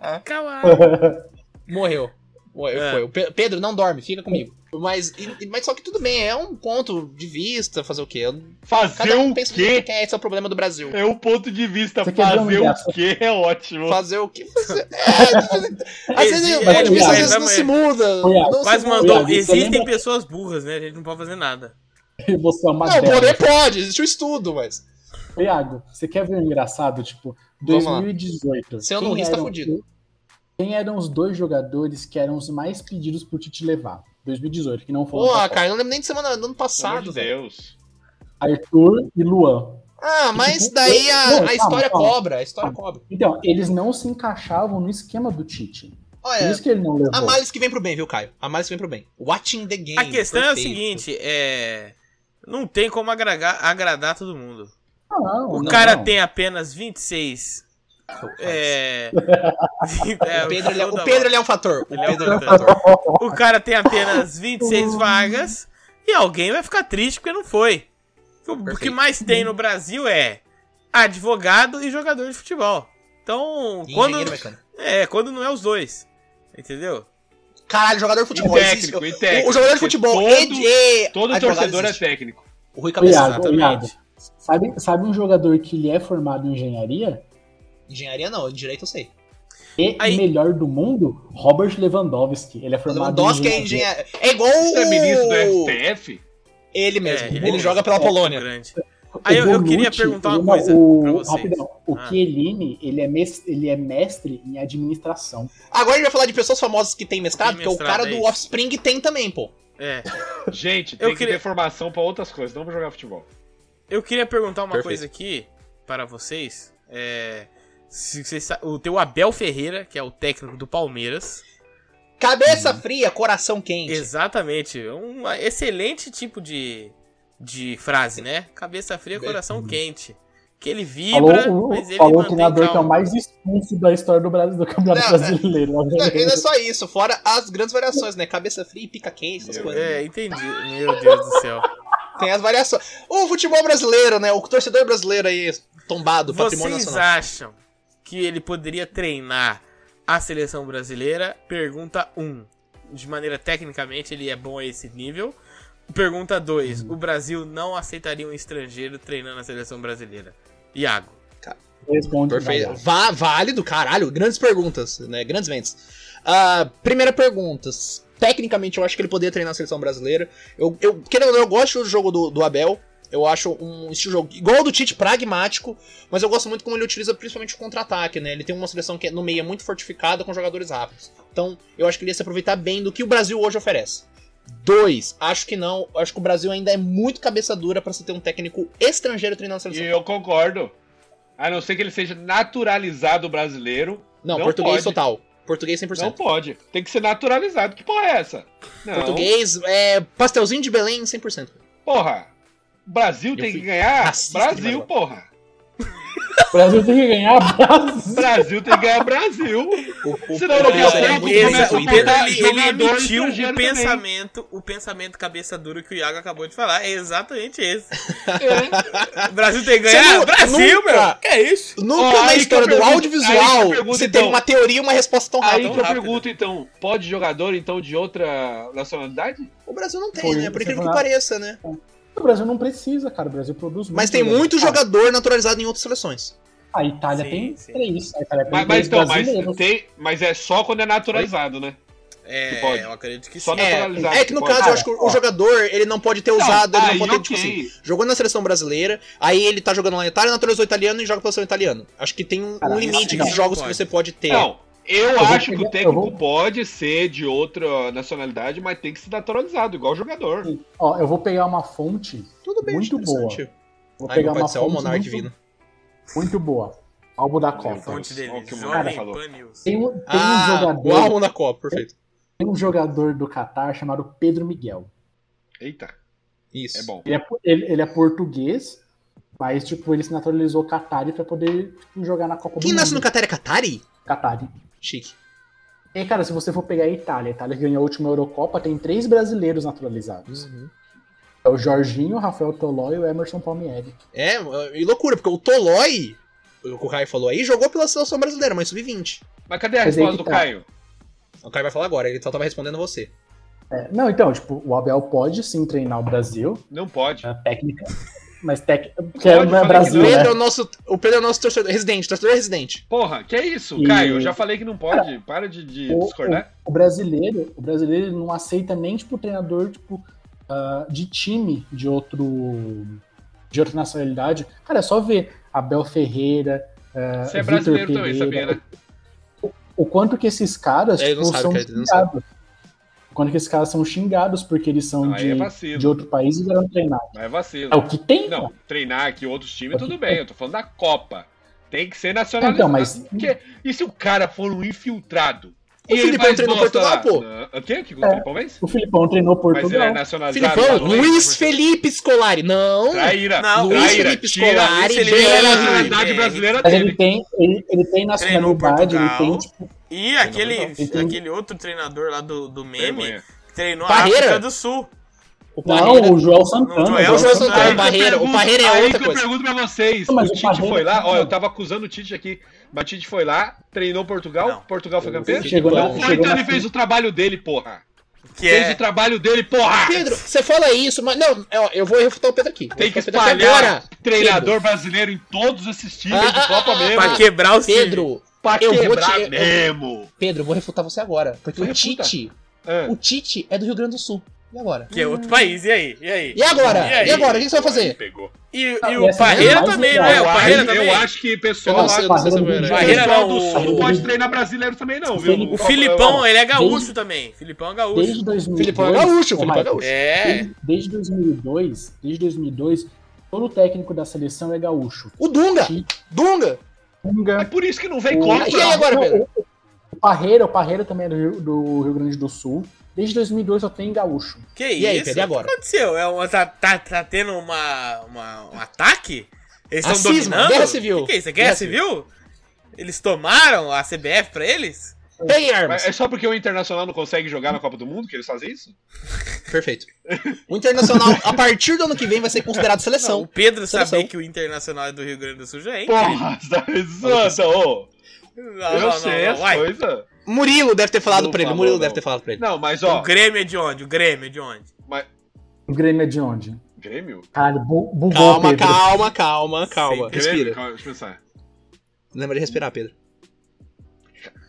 S2: Ah,
S1: Kawhi.
S2: Morreu. Morreu,
S1: É.
S2: foi. O Pe- Pedro, não dorme, fica comigo. Mas, e- mas só que tudo bem, é um ponto de vista, fazer o quê?
S3: Fazer
S2: Cada um
S3: o
S2: pensa no que
S3: quê?
S2: quer, esse é o problema do Brasil.
S3: É o ponto de vista.
S4: Você quer ver um
S3: Fazer o
S4: gato?
S3: quê é ótimo.
S2: Fazer o que fazer. É, às vezes,
S1: Exi-
S2: o ponto de vista, às
S4: é,
S2: vezes não
S1: vamos-
S2: se muda.
S4: Foi a-
S2: Não
S1: Mas
S2: se muda.
S1: mandou.
S4: Iago, você
S1: Existem
S4: lembra-
S1: pessoas burras, né? A gente não pode fazer nada.
S4: E você é uma
S2: Não,
S4: delas.
S2: poder pode, existe o estudo, mas.
S4: Iago, você quer ver um engraçado? Tipo,
S2: Vamos lá.
S4: 2018.
S2: Se eu não
S4: quem
S2: rir, você tá
S4: eram-
S2: fudido.
S4: Quem eram os dois jogadores que eram os mais pedidos pro Tite levar? 2018, que não foram. pra
S2: Porra,
S4: Copa.
S2: cara, eu não lembro nem de semana do ano
S3: Pelo amor de
S2: passado, velho.
S3: Deus.
S4: Arthur e Luan.
S2: Ah, mas daí
S4: Não,
S2: a,
S4: calma,
S2: a história
S4: calma.
S2: cobra, a história cobra.
S4: Então, eles não se encaixavam no esquema do Tite. Por
S2: Olha,
S4: isso que tá ele não levou.
S2: a malice que vem pro bem, viu, Caio? A malice que vem pro bem. Watching the game.
S1: A questão é o
S2: perfeito.
S1: seguinte, é. Não tem como agradar, agradar todo mundo.
S4: Não,
S1: O
S4: não,
S1: cara
S4: não.
S1: tem apenas 26. É.
S2: O Pedro, ele é, o
S1: toda
S2: Pedro, ele é um fator. O
S1: Ele é um
S2: Pedro ele é um
S1: fator.
S2: fator.
S1: O cara tem apenas 26 vagas e alguém vai ficar triste porque não foi. O que
S2: Perfeito.
S1: mais tem no Brasil é advogado e jogador de futebol. Então,
S2: E
S1: quando
S2: engenheiro mecânico.
S1: é, quando não é os dois. Entendeu?
S2: Caralho, jogador de futebol.
S3: E técnico,
S2: existe-
S3: e técnico.
S2: o jogador de futebol.
S3: Todo-
S2: e, e,
S3: Todo
S2: advogado
S3: torcedor é
S2: existe.
S3: técnico.
S2: O Rui
S4: Ô,
S2: Cabeçada.
S4: Iago, ô, Iago, sabe, sabe um jogador que ele é formado em engenharia?
S2: Engenharia não, direito eu sei.
S4: E
S1: Aí-
S4: melhor do mundo, Robert Lewandowski. Ele é formado
S2: Lewandowski é
S4: em engenharia.
S2: engenheiro. É igual
S3: Você é ministro do
S2: o...
S3: STF?
S2: Ele mesmo.
S1: É,
S2: ele
S1: ele mesmo.
S2: joga
S1: É.
S2: pela Polônia.
S1: Grande. Aí eu- eu queria perguntar uma
S4: não,
S1: coisa
S4: é o,
S1: pra vocês.
S4: Rapidão, o
S1: Ah.
S4: Chiellini, ele é, mes- ele é mestre em administração.
S2: Agora a gente vai falar de pessoas famosas que têm
S1: Tem
S2: mestrado, porque o
S1: mestrado,
S2: cara
S1: é
S2: do
S1: isso.
S2: Offspring tem também, pô.
S1: É.
S3: Gente,
S1: Eu
S3: tem que
S1: queria-
S3: ter formação pra outras coisas, não pra jogar futebol.
S1: Eu queria perguntar uma
S2: Perfeito.
S1: coisa aqui para vocês. É, se vocês sa- o teu Abel Ferreira, que é o técnico do Palmeiras,
S2: Cabeça
S1: Uhum.
S2: fria, coração quente.
S1: Exatamente. É Um excelente tipo de, de frase, né? Cabeça fria,
S2: Uhum.
S1: coração quente. Que ele vibra,
S4: falou
S1: mas ele
S4: falou que
S1: mantém
S4: nadador que é o
S1: calma.
S4: mais expulso da história do Brasil do Campeonato
S2: Não, é-
S4: Brasileiro.
S2: Não, e não é só isso, fora as grandes variações, né? Cabeça fria e pica quente, essas
S3: Meu
S2: coisas.
S1: É, entendi. Meu Deus do céu.
S2: Tem as variações. O futebol brasileiro, né? O torcedor brasileiro aí tombado, patrimônio
S1: Vocês
S2: nacional.
S1: acham que ele poderia treinar a seleção brasileira? Pergunta 1. De maneira tecnicamente, ele é bom a esse nível. Pergunta 2.
S4: Uhum.
S1: O Brasil não aceitaria um estrangeiro treinando a seleção brasileira? Iago.
S4: Responde
S2: Perfeito.
S4: Gabriel.
S2: Vá, válido, caralho. Grandes perguntas, né? Grandes mentes. Ah, primeira pergunta. Tecnicamente, eu acho que ele poderia treinar a seleção brasileira. Eu, eu, querendo ou não, eu gosto do jogo do, do Abel. Eu acho um estilo de jogo igual ao do Tite, pragmático, mas eu gosto muito como ele utiliza principalmente o contra-ataque, né? Ele tem uma seleção que é- no meio é muito fortificada com jogadores rápidos. Então, eu acho que ele ia se aproveitar bem do que o Brasil hoje oferece. Dois, acho que não. Acho que o Brasil ainda é muito cabeça dura pra se ter um técnico estrangeiro treinando a
S3: E
S2: seleção.
S3: eu concordo. A não ser que ele seja naturalizado brasileiro.
S2: Não,
S3: Não
S2: português
S3: pode.
S2: total. Português 100%.
S3: Não pode. Tem que ser naturalizado. Que porra é essa? Não.
S2: Português, é, pastelzinho de Belém 100%.
S3: Porra. Brasil tem
S2: fui
S3: que ganhar?
S2: racista demais
S3: Brasil,
S2: agora.
S3: porra.
S4: O Brasil tem que ganhar Brasil.
S3: Brasil tem que ganhar Brasil.
S2: O,
S3: Senão
S2: português
S3: não deu
S2: é
S3: certo,
S2: muito
S3: esse-
S2: bem
S1: Essa- o
S2: feito.
S1: Pedro
S3: jogador-
S1: ele, ele
S3: jogador
S1: emitiu o
S3: estrangeiro também.
S1: pensamento, o pensamento cabeça dura que o Iago acabou de falar. É exatamente esse. O Brasil tem que
S2: Você
S1: ganhar?
S2: nu-
S1: Brasil,
S2: nunca-
S1: meu! Que é isso?
S2: Nunca
S3: Ó, aí
S2: na
S3: que
S2: história
S3: eu
S2: do
S3: pergunto- aí que eu
S2: audiovisual
S3: pergunto,
S2: você teve
S3: então.
S2: uma teoria e uma resposta tão
S3: Aí
S2: rápida.
S3: que eu
S1: rápido.
S3: pergunto, então, pode jogador, então, de outra nacionalidade?
S2: O Brasil não tem,
S4: Foi,
S2: né? Por
S4: você
S2: incrível que
S4: falou.
S2: pareça, né?
S4: O Brasil não precisa, cara. O Brasil produz muito.
S2: Mas tem
S4: jogador.
S2: muito
S4: Ah,
S2: jogador naturalizado em outras seleções.
S4: A Itália
S1: Sim,
S4: tem
S1: sim.
S4: três. A Itália tem
S3: Mas, mas
S4: três
S3: então, mas,
S4: brasileiros.
S3: tem, mas é só quando é naturalizado, né?
S1: É,
S3: Que pode.
S1: eu acredito que
S3: Só
S1: sim.
S3: naturalizado.
S2: É, é que no
S3: pode.
S2: caso eu acho que o
S4: Ó.
S2: jogador ele não pode ter
S3: Não,
S2: usado, ele não
S3: aí
S2: pode ter, tipo assim,
S3: ok.
S2: jogou na seleção brasileira, aí ele tá jogando lá na Itália, naturalizou italiano e joga pela seleção italiana. Acho que tem um, um
S4: Cara,
S2: limite
S4: não,
S2: de jogos
S1: pode.
S2: que você pode ter.
S3: Não, eu,
S4: vou
S3: acho
S4: pegar-
S3: que o
S4: eu
S3: técnico
S4: vou-
S3: pode ser de outra nacionalidade, mas tem que ser naturalizado, igual jogador.
S4: Ó, eu vou pegar uma fonte.
S2: Tudo bem,
S4: Muito
S2: interessante.
S4: Vou
S2: Ai, meu
S4: pegar
S2: pai
S4: uma
S2: do céu, é o
S4: fonte
S2: Monark
S4: muito,
S2: vindo.
S4: muito boa. Álbum da
S1: A
S4: Copa.
S1: fonte dele,
S3: Olha o que o
S1: Jovem
S3: Monarca falou.
S1: Pan News.
S4: Tem, um- tem um
S2: Ah,
S4: jogador,
S2: o alma na Copa, perfeito.
S4: tem um jogador do Catar chamado Pedro Miguel.
S3: Eita,
S2: Isso.
S3: é bom.
S4: Ele é, po- ele- ele é português, mas tipo, ele se naturalizou Catari pra poder tipo, jogar na Copa
S2: Quem
S4: do
S2: nasce no
S4: Mundo.
S2: Qatar é Qatari?
S4: Catari.
S2: Chique.
S4: E, cara, se você for pegar a Itália, a Itália que ganhou a última Eurocopa, tem três brasileiros naturalizados.
S2: Uhum.
S4: É o Jorginho, o Rafael Toló e o Emerson Palmieri.
S2: É, e loucura, porque o Tolói, o que o Caio falou aí, jogou pela seleção brasileira, mas sub-20.
S3: Mas cadê a
S4: Mas aí
S3: resposta
S4: que
S3: do
S4: tá.
S3: Caio?
S2: O Caio vai falar agora, ele só tava respondendo você.
S4: É, não, então, tipo, o Abel pode sim treinar o Brasil,
S3: Não pode.
S4: é, técnica, mas técnica, porque não é
S3: falei
S4: Brasil,
S3: que
S2: Pedro é
S4: né?
S2: o nosso, o Pedro é o nosso torcedor, residente, torcedor residente.
S3: Porra, que é isso,
S4: E-
S3: Caio? Eu já falei que não pode. Para de, de
S4: O-
S3: discordar.
S4: O brasileiro, o brasileiro ele não aceita nem, tipo, treinador, tipo, ah, de time de outro, de outra nacionalidade. Cara, é só ver Abel Ferreira, ah,
S3: Você é
S4: Vitor
S3: brasileiro também,
S4: Pereira,
S3: sabia, né?
S4: o quanto que esses caras
S2: É, ele não
S4: tipo,
S2: sabe,
S4: são
S2: cara, ele não sabe.
S4: xingados. O quanto que esses caras são xingados porque eles são
S3: Aí é
S4: um de, de
S3: vacilo.
S4: outro país e vieram treinar.
S3: Aí é
S4: É
S3: vacilo.
S4: o que tem,
S3: Não, treinar aqui outros times, é tudo bem. Eu tô falando da Copa. Tem que ser nacionalizado.
S4: Então, mas-
S3: Porque- e se o cara for um infiltrado?
S2: O Filipão treinou Portugal, pô.
S3: pô. O quê? O é que o Filipão fez?
S4: O Filipão treinou
S3: Mas ele é
S4: Portugal.
S3: nacionalizado.
S2: Filipão,
S3: não é?
S2: Luiz Felipe Scolari. Não,
S3: Traíra.
S1: Não,
S2: Luiz
S3: traíra.
S2: Felipe
S3: tira
S1: Luiz
S2: Scolari,
S1: Felipe
S3: Tira a
S2: Gerard.
S3: nacionalidade
S1: É,
S3: brasileira
S4: Mas ele
S3: dele.
S4: tem, ele, ele tem nacionalidade, ele
S1: Portugal.
S4: tem, tipo,
S1: E aquele,
S4: Entendi.
S1: aquele outro treinador lá do, do meme
S3: Vergonha.
S1: que treinou
S2: Parreira?
S1: a África do Sul.
S2: O Parreira.
S4: não, o Joel Santana.
S1: Não,
S2: É o João Santana, o
S3: que eu
S2: Parreira, o
S3: pergunto-
S2: Parreira é
S3: aí
S2: outra
S3: que
S2: coisa.
S3: eu pergunto pra vocês.
S4: Mas
S3: o
S4: o
S3: Tite
S4: Parreira-
S3: foi lá, ó, eu tava acusando o Tite aqui, mas o Tite foi lá, treinou Portugal,
S1: Não.
S3: Portugal foi campeão.
S4: Ele chegou
S2: Não,
S4: na,
S3: Foi,
S4: chegou
S3: então
S4: na
S3: ele fez o trabalho dele, porra.
S1: Que
S3: Fez o
S1: é.
S3: trabalho dele, porra.
S2: Pedro, você fala isso, mas não, é, ó, eu vou refutar o Pedro aqui. Vou
S3: Tem que
S2: refutar o Pedro aqui
S3: espalhar
S2: agora.
S3: treinador brasileiro em todos esses times
S2: Ah, ah,
S3: de Copa
S2: ah,
S3: mesmo.
S1: Pra quebrar o time.
S2: Pedro,
S3: pra
S2: eu vou
S3: quebrar
S2: te-
S3: mesmo.
S2: Pedro, eu vou refutar você agora, porque o
S3: Refuta.
S2: Tite,
S3: Ah,
S2: o Tite é do Rio Grande do Sul. E agora?
S1: Que é outro país. E aí? E aí?
S2: E agora?
S1: E aí?
S2: E agora? O que você vai
S3: aí
S2: fazer?
S3: Pegou.
S1: E,
S4: Ah,
S1: e
S4: e
S1: o
S4: essa é a
S1: Parreira
S4: mais
S1: também,
S4: legal.
S1: não é? O
S3: Eu
S1: Parreira
S3: acho-
S1: também.
S3: Eu acho que
S2: Eu
S3: pessoal
S2: não
S3: lá
S2: sei, eu não sei se eu vou
S4: Parreira-
S2: errar.
S1: Parreira-
S3: pessoal
S1: não,
S3: do Sul
S1: o-
S3: não pode treinar brasileiro também, não, viu?
S4: Felipe-
S1: O Filipão, ele é gaúcho também. Filipão é
S4: desde
S1: gaúcho.
S4: 2002.
S2: Filipão é gaúcho,
S4: Ô,
S2: Filipão é
S4: Michael,
S2: gaúcho.
S1: É.
S4: Desde, desde 2002, desde 2002, todo técnico da seleção é gaúcho.
S2: O Dunga! Dunga!
S3: É
S4: Tunga,
S3: por isso que não vem
S4: O- é
S3: Copa.
S2: E aí agora, Pedro?
S4: o Parreira, o Parreira também é do Rio, do Rio Grande do Sul. Desde 2002 só tem gaúcho.
S1: Que
S2: E aí,
S1: isso?
S2: Pedro, e agora?
S1: O que aconteceu? É uma, tá, tá, tá tendo uma, uma- um ataque? Eles estão
S2: Racismo,
S1: dominando?
S2: guerra civil.
S1: O que, que é isso? É
S2: Guerra
S1: guerra civil? Eles tomaram a CBF pra eles?
S2: Ei, Armas!
S3: Mas É só porque o Internacional não consegue jogar na Copa do Mundo que eles fazem isso?
S2: Perfeito. O Internacional, a partir do ano que vem, vai ser considerado
S1: Não,
S2: seleção.
S1: o Pedro sabia
S2: Seleção.
S1: que o Internacional é do Rio Grande do Sul já, hein?
S3: Porra, você tá me zoando, ô.
S1: Não,
S3: Eu
S1: não,
S3: sei
S1: não,
S3: as
S1: vai.
S3: coisas.
S2: Murilo deve ter falado
S3: Não
S2: pra ele.
S3: falou,
S2: Murilo
S3: não.
S2: deve ter falado pra ele.
S3: Não, mas
S1: O
S3: ó,
S1: Grêmio é de onde? O Grêmio é de onde?
S4: O Grêmio é de onde?
S3: Grêmio?
S4: Cara, bu- bugou o
S2: Calma,
S4: Pedro.
S2: calma, calma, calma.
S1: Sim.
S3: Grêmio?
S2: Respira.
S3: Calma, deixa eu pensar.
S2: Lembra de respirar, Pedro.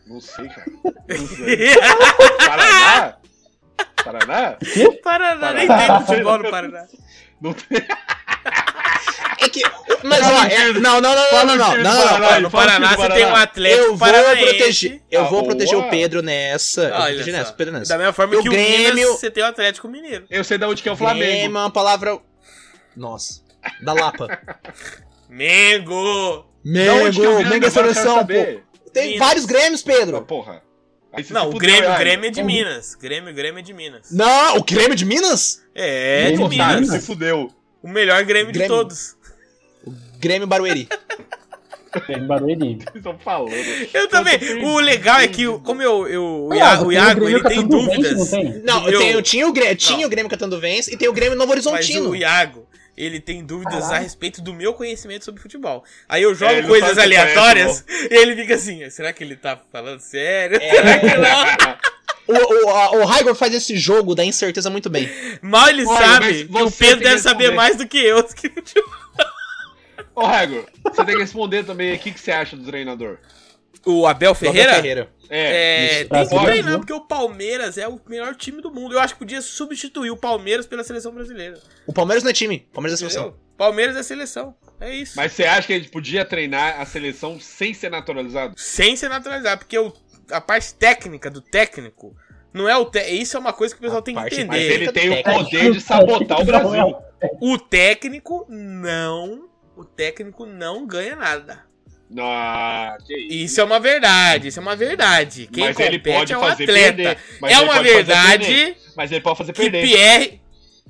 S3: Não sei, cara. Não sei. Paraná? Paraná?
S1: Paraná, nem
S3: Paraná.
S1: tem futebol no Paraná.
S3: Não tem. Ah,
S2: É que. Mas ó, é- não, não, não, não, não, não, não, não, não.
S3: Fala
S1: No
S3: do Paraná,
S1: Paraná você tem um
S2: Eu
S1: Atlético
S2: vou
S1: Paranaense.
S2: proteger. Eu
S3: Ah,
S2: vou proteger
S3: boa. Ah,
S2: o Pedro nessa. Eu vou
S1: Olha
S2: proteger nessa,
S1: só.
S2: o Pedro
S1: Da
S2: nessa.
S1: mesma forma
S2: E o
S1: que o
S2: Grêmio-
S1: Minas, você tem o Atlético Mineiro.
S3: Eu sei de onde que é o
S2: Grêmio é
S3: Flamengo.
S2: uma palavra. Nossa. Da Lapa.
S1: Mengo!
S3: Da onde que é
S2: Mengo,
S3: o Grêmio?
S2: mega
S3: Agora eu quero
S2: é seleção,
S3: saber.
S2: pô. Tem
S1: Minas.
S2: vários Grêmios,
S3: Ah,
S2: Pedro.
S3: Porra. Aí você
S1: Não,
S3: se
S1: o
S3: fudeu,
S1: Grêmio, o
S3: Iago.
S1: Grêmio é de Minas. Grêmio, Grêmio é de Minas.
S2: Não, o Grêmio de Minas?
S1: É, de
S4: Grêmio de
S3: Otário,
S1: Minas.
S3: se fudeu.
S1: O melhor Grêmio, de
S2: Grêmio.
S1: todos.
S2: Grêmio Barueri.
S4: Grêmio Barueri.
S3: Vocês estão falando.
S1: Eu também. O legal é que, o- como eu, eu, o,
S4: Ah,
S1: Ia-
S4: tem
S1: o
S4: o
S1: Iago,
S4: Grêmio
S1: ele tem
S4: Catanduvense,
S1: dúvidas.
S4: não tem?
S2: Não,
S1: Eu-
S2: eu tenho, tinha o Grêmio, tinha
S1: Não.
S2: o Grêmio Catanduvense e tem o Grêmio Novo
S1: Mas
S2: Horizontino.
S1: o Iago, ele tem dúvidas a
S4: Caralho.
S1: respeito do meu conhecimento sobre futebol. Aí eu jogo
S3: É, ele não
S1: coisas
S3: sabe o que conhece,
S1: aleatórias e ele fica assim, será que ele tá falando sério?
S3: É.
S1: Será que não?
S2: O, o, a- o Raigor faz esse jogo da incerteza muito bem.
S1: Mal ele
S3: Olha, mas
S1: sabe que o
S3: você
S1: Pedro
S3: tem
S1: deve
S3: que
S1: saber
S3: responder.
S1: mais do que eu. do que futebol.
S3: Ô, Rago, você tem que responder também o que, que você acha do treinador.
S1: O Abel Ferreira?
S2: Abel Ferreira.
S1: É,
S3: isso.
S1: tem que
S4: Pode.
S1: treinar, porque o Palmeiras é o melhor time do mundo. Eu acho que podia substituir o Palmeiras pela seleção brasileira.
S2: O Palmeiras não é time, o Palmeiras é
S1: Entendeu?
S2: seleção.
S1: Palmeiras é seleção. É isso.
S3: Mas você acha que a gente podia treinar a seleção sem ser naturalizado?
S1: Sem ser naturalizado, porque o- a parte técnica do técnico não é o te- Isso é uma coisa que o pessoal
S2: A
S1: tem que
S2: parte-
S1: entender.
S3: Mas ele tem o
S2: Técnico.
S3: poder de sabotar o Brasil.
S1: O técnico não. O técnico não ganha nada.
S3: Ah, que isso.
S1: Isso é uma verdade, isso é uma verdade. Quem
S3: Mas ele
S1: compete
S3: pode
S1: é o
S3: fazer
S1: atleta.
S3: perder. Mas
S1: É
S3: ele
S1: uma
S3: pode fazer perder.
S1: verdade
S3: Mas ele pode fazer
S1: que
S3: perder.
S1: Pierre,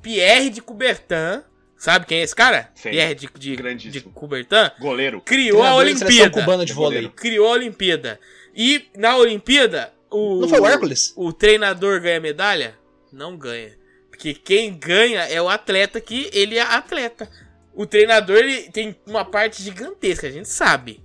S1: Pierre de Coubertin, sabe quem é esse cara?
S3: Sei.
S1: Pierre de, de, de
S3: Grandíssimo.
S1: Coubertin
S3: Goleiro.
S1: criou a
S2: Treinador da seleção
S1: Olimpíada.
S2: cubana de
S3: É
S2: vôlei.
S1: Criou a Olimpíada. E na Olimpíada, o,
S2: Não foi o Hércules?
S1: o treinador ganha medalha? Não ganha. Porque quem ganha é o atleta que ele é atleta. O treinador ele tem uma parte gigantesca, a gente sabe.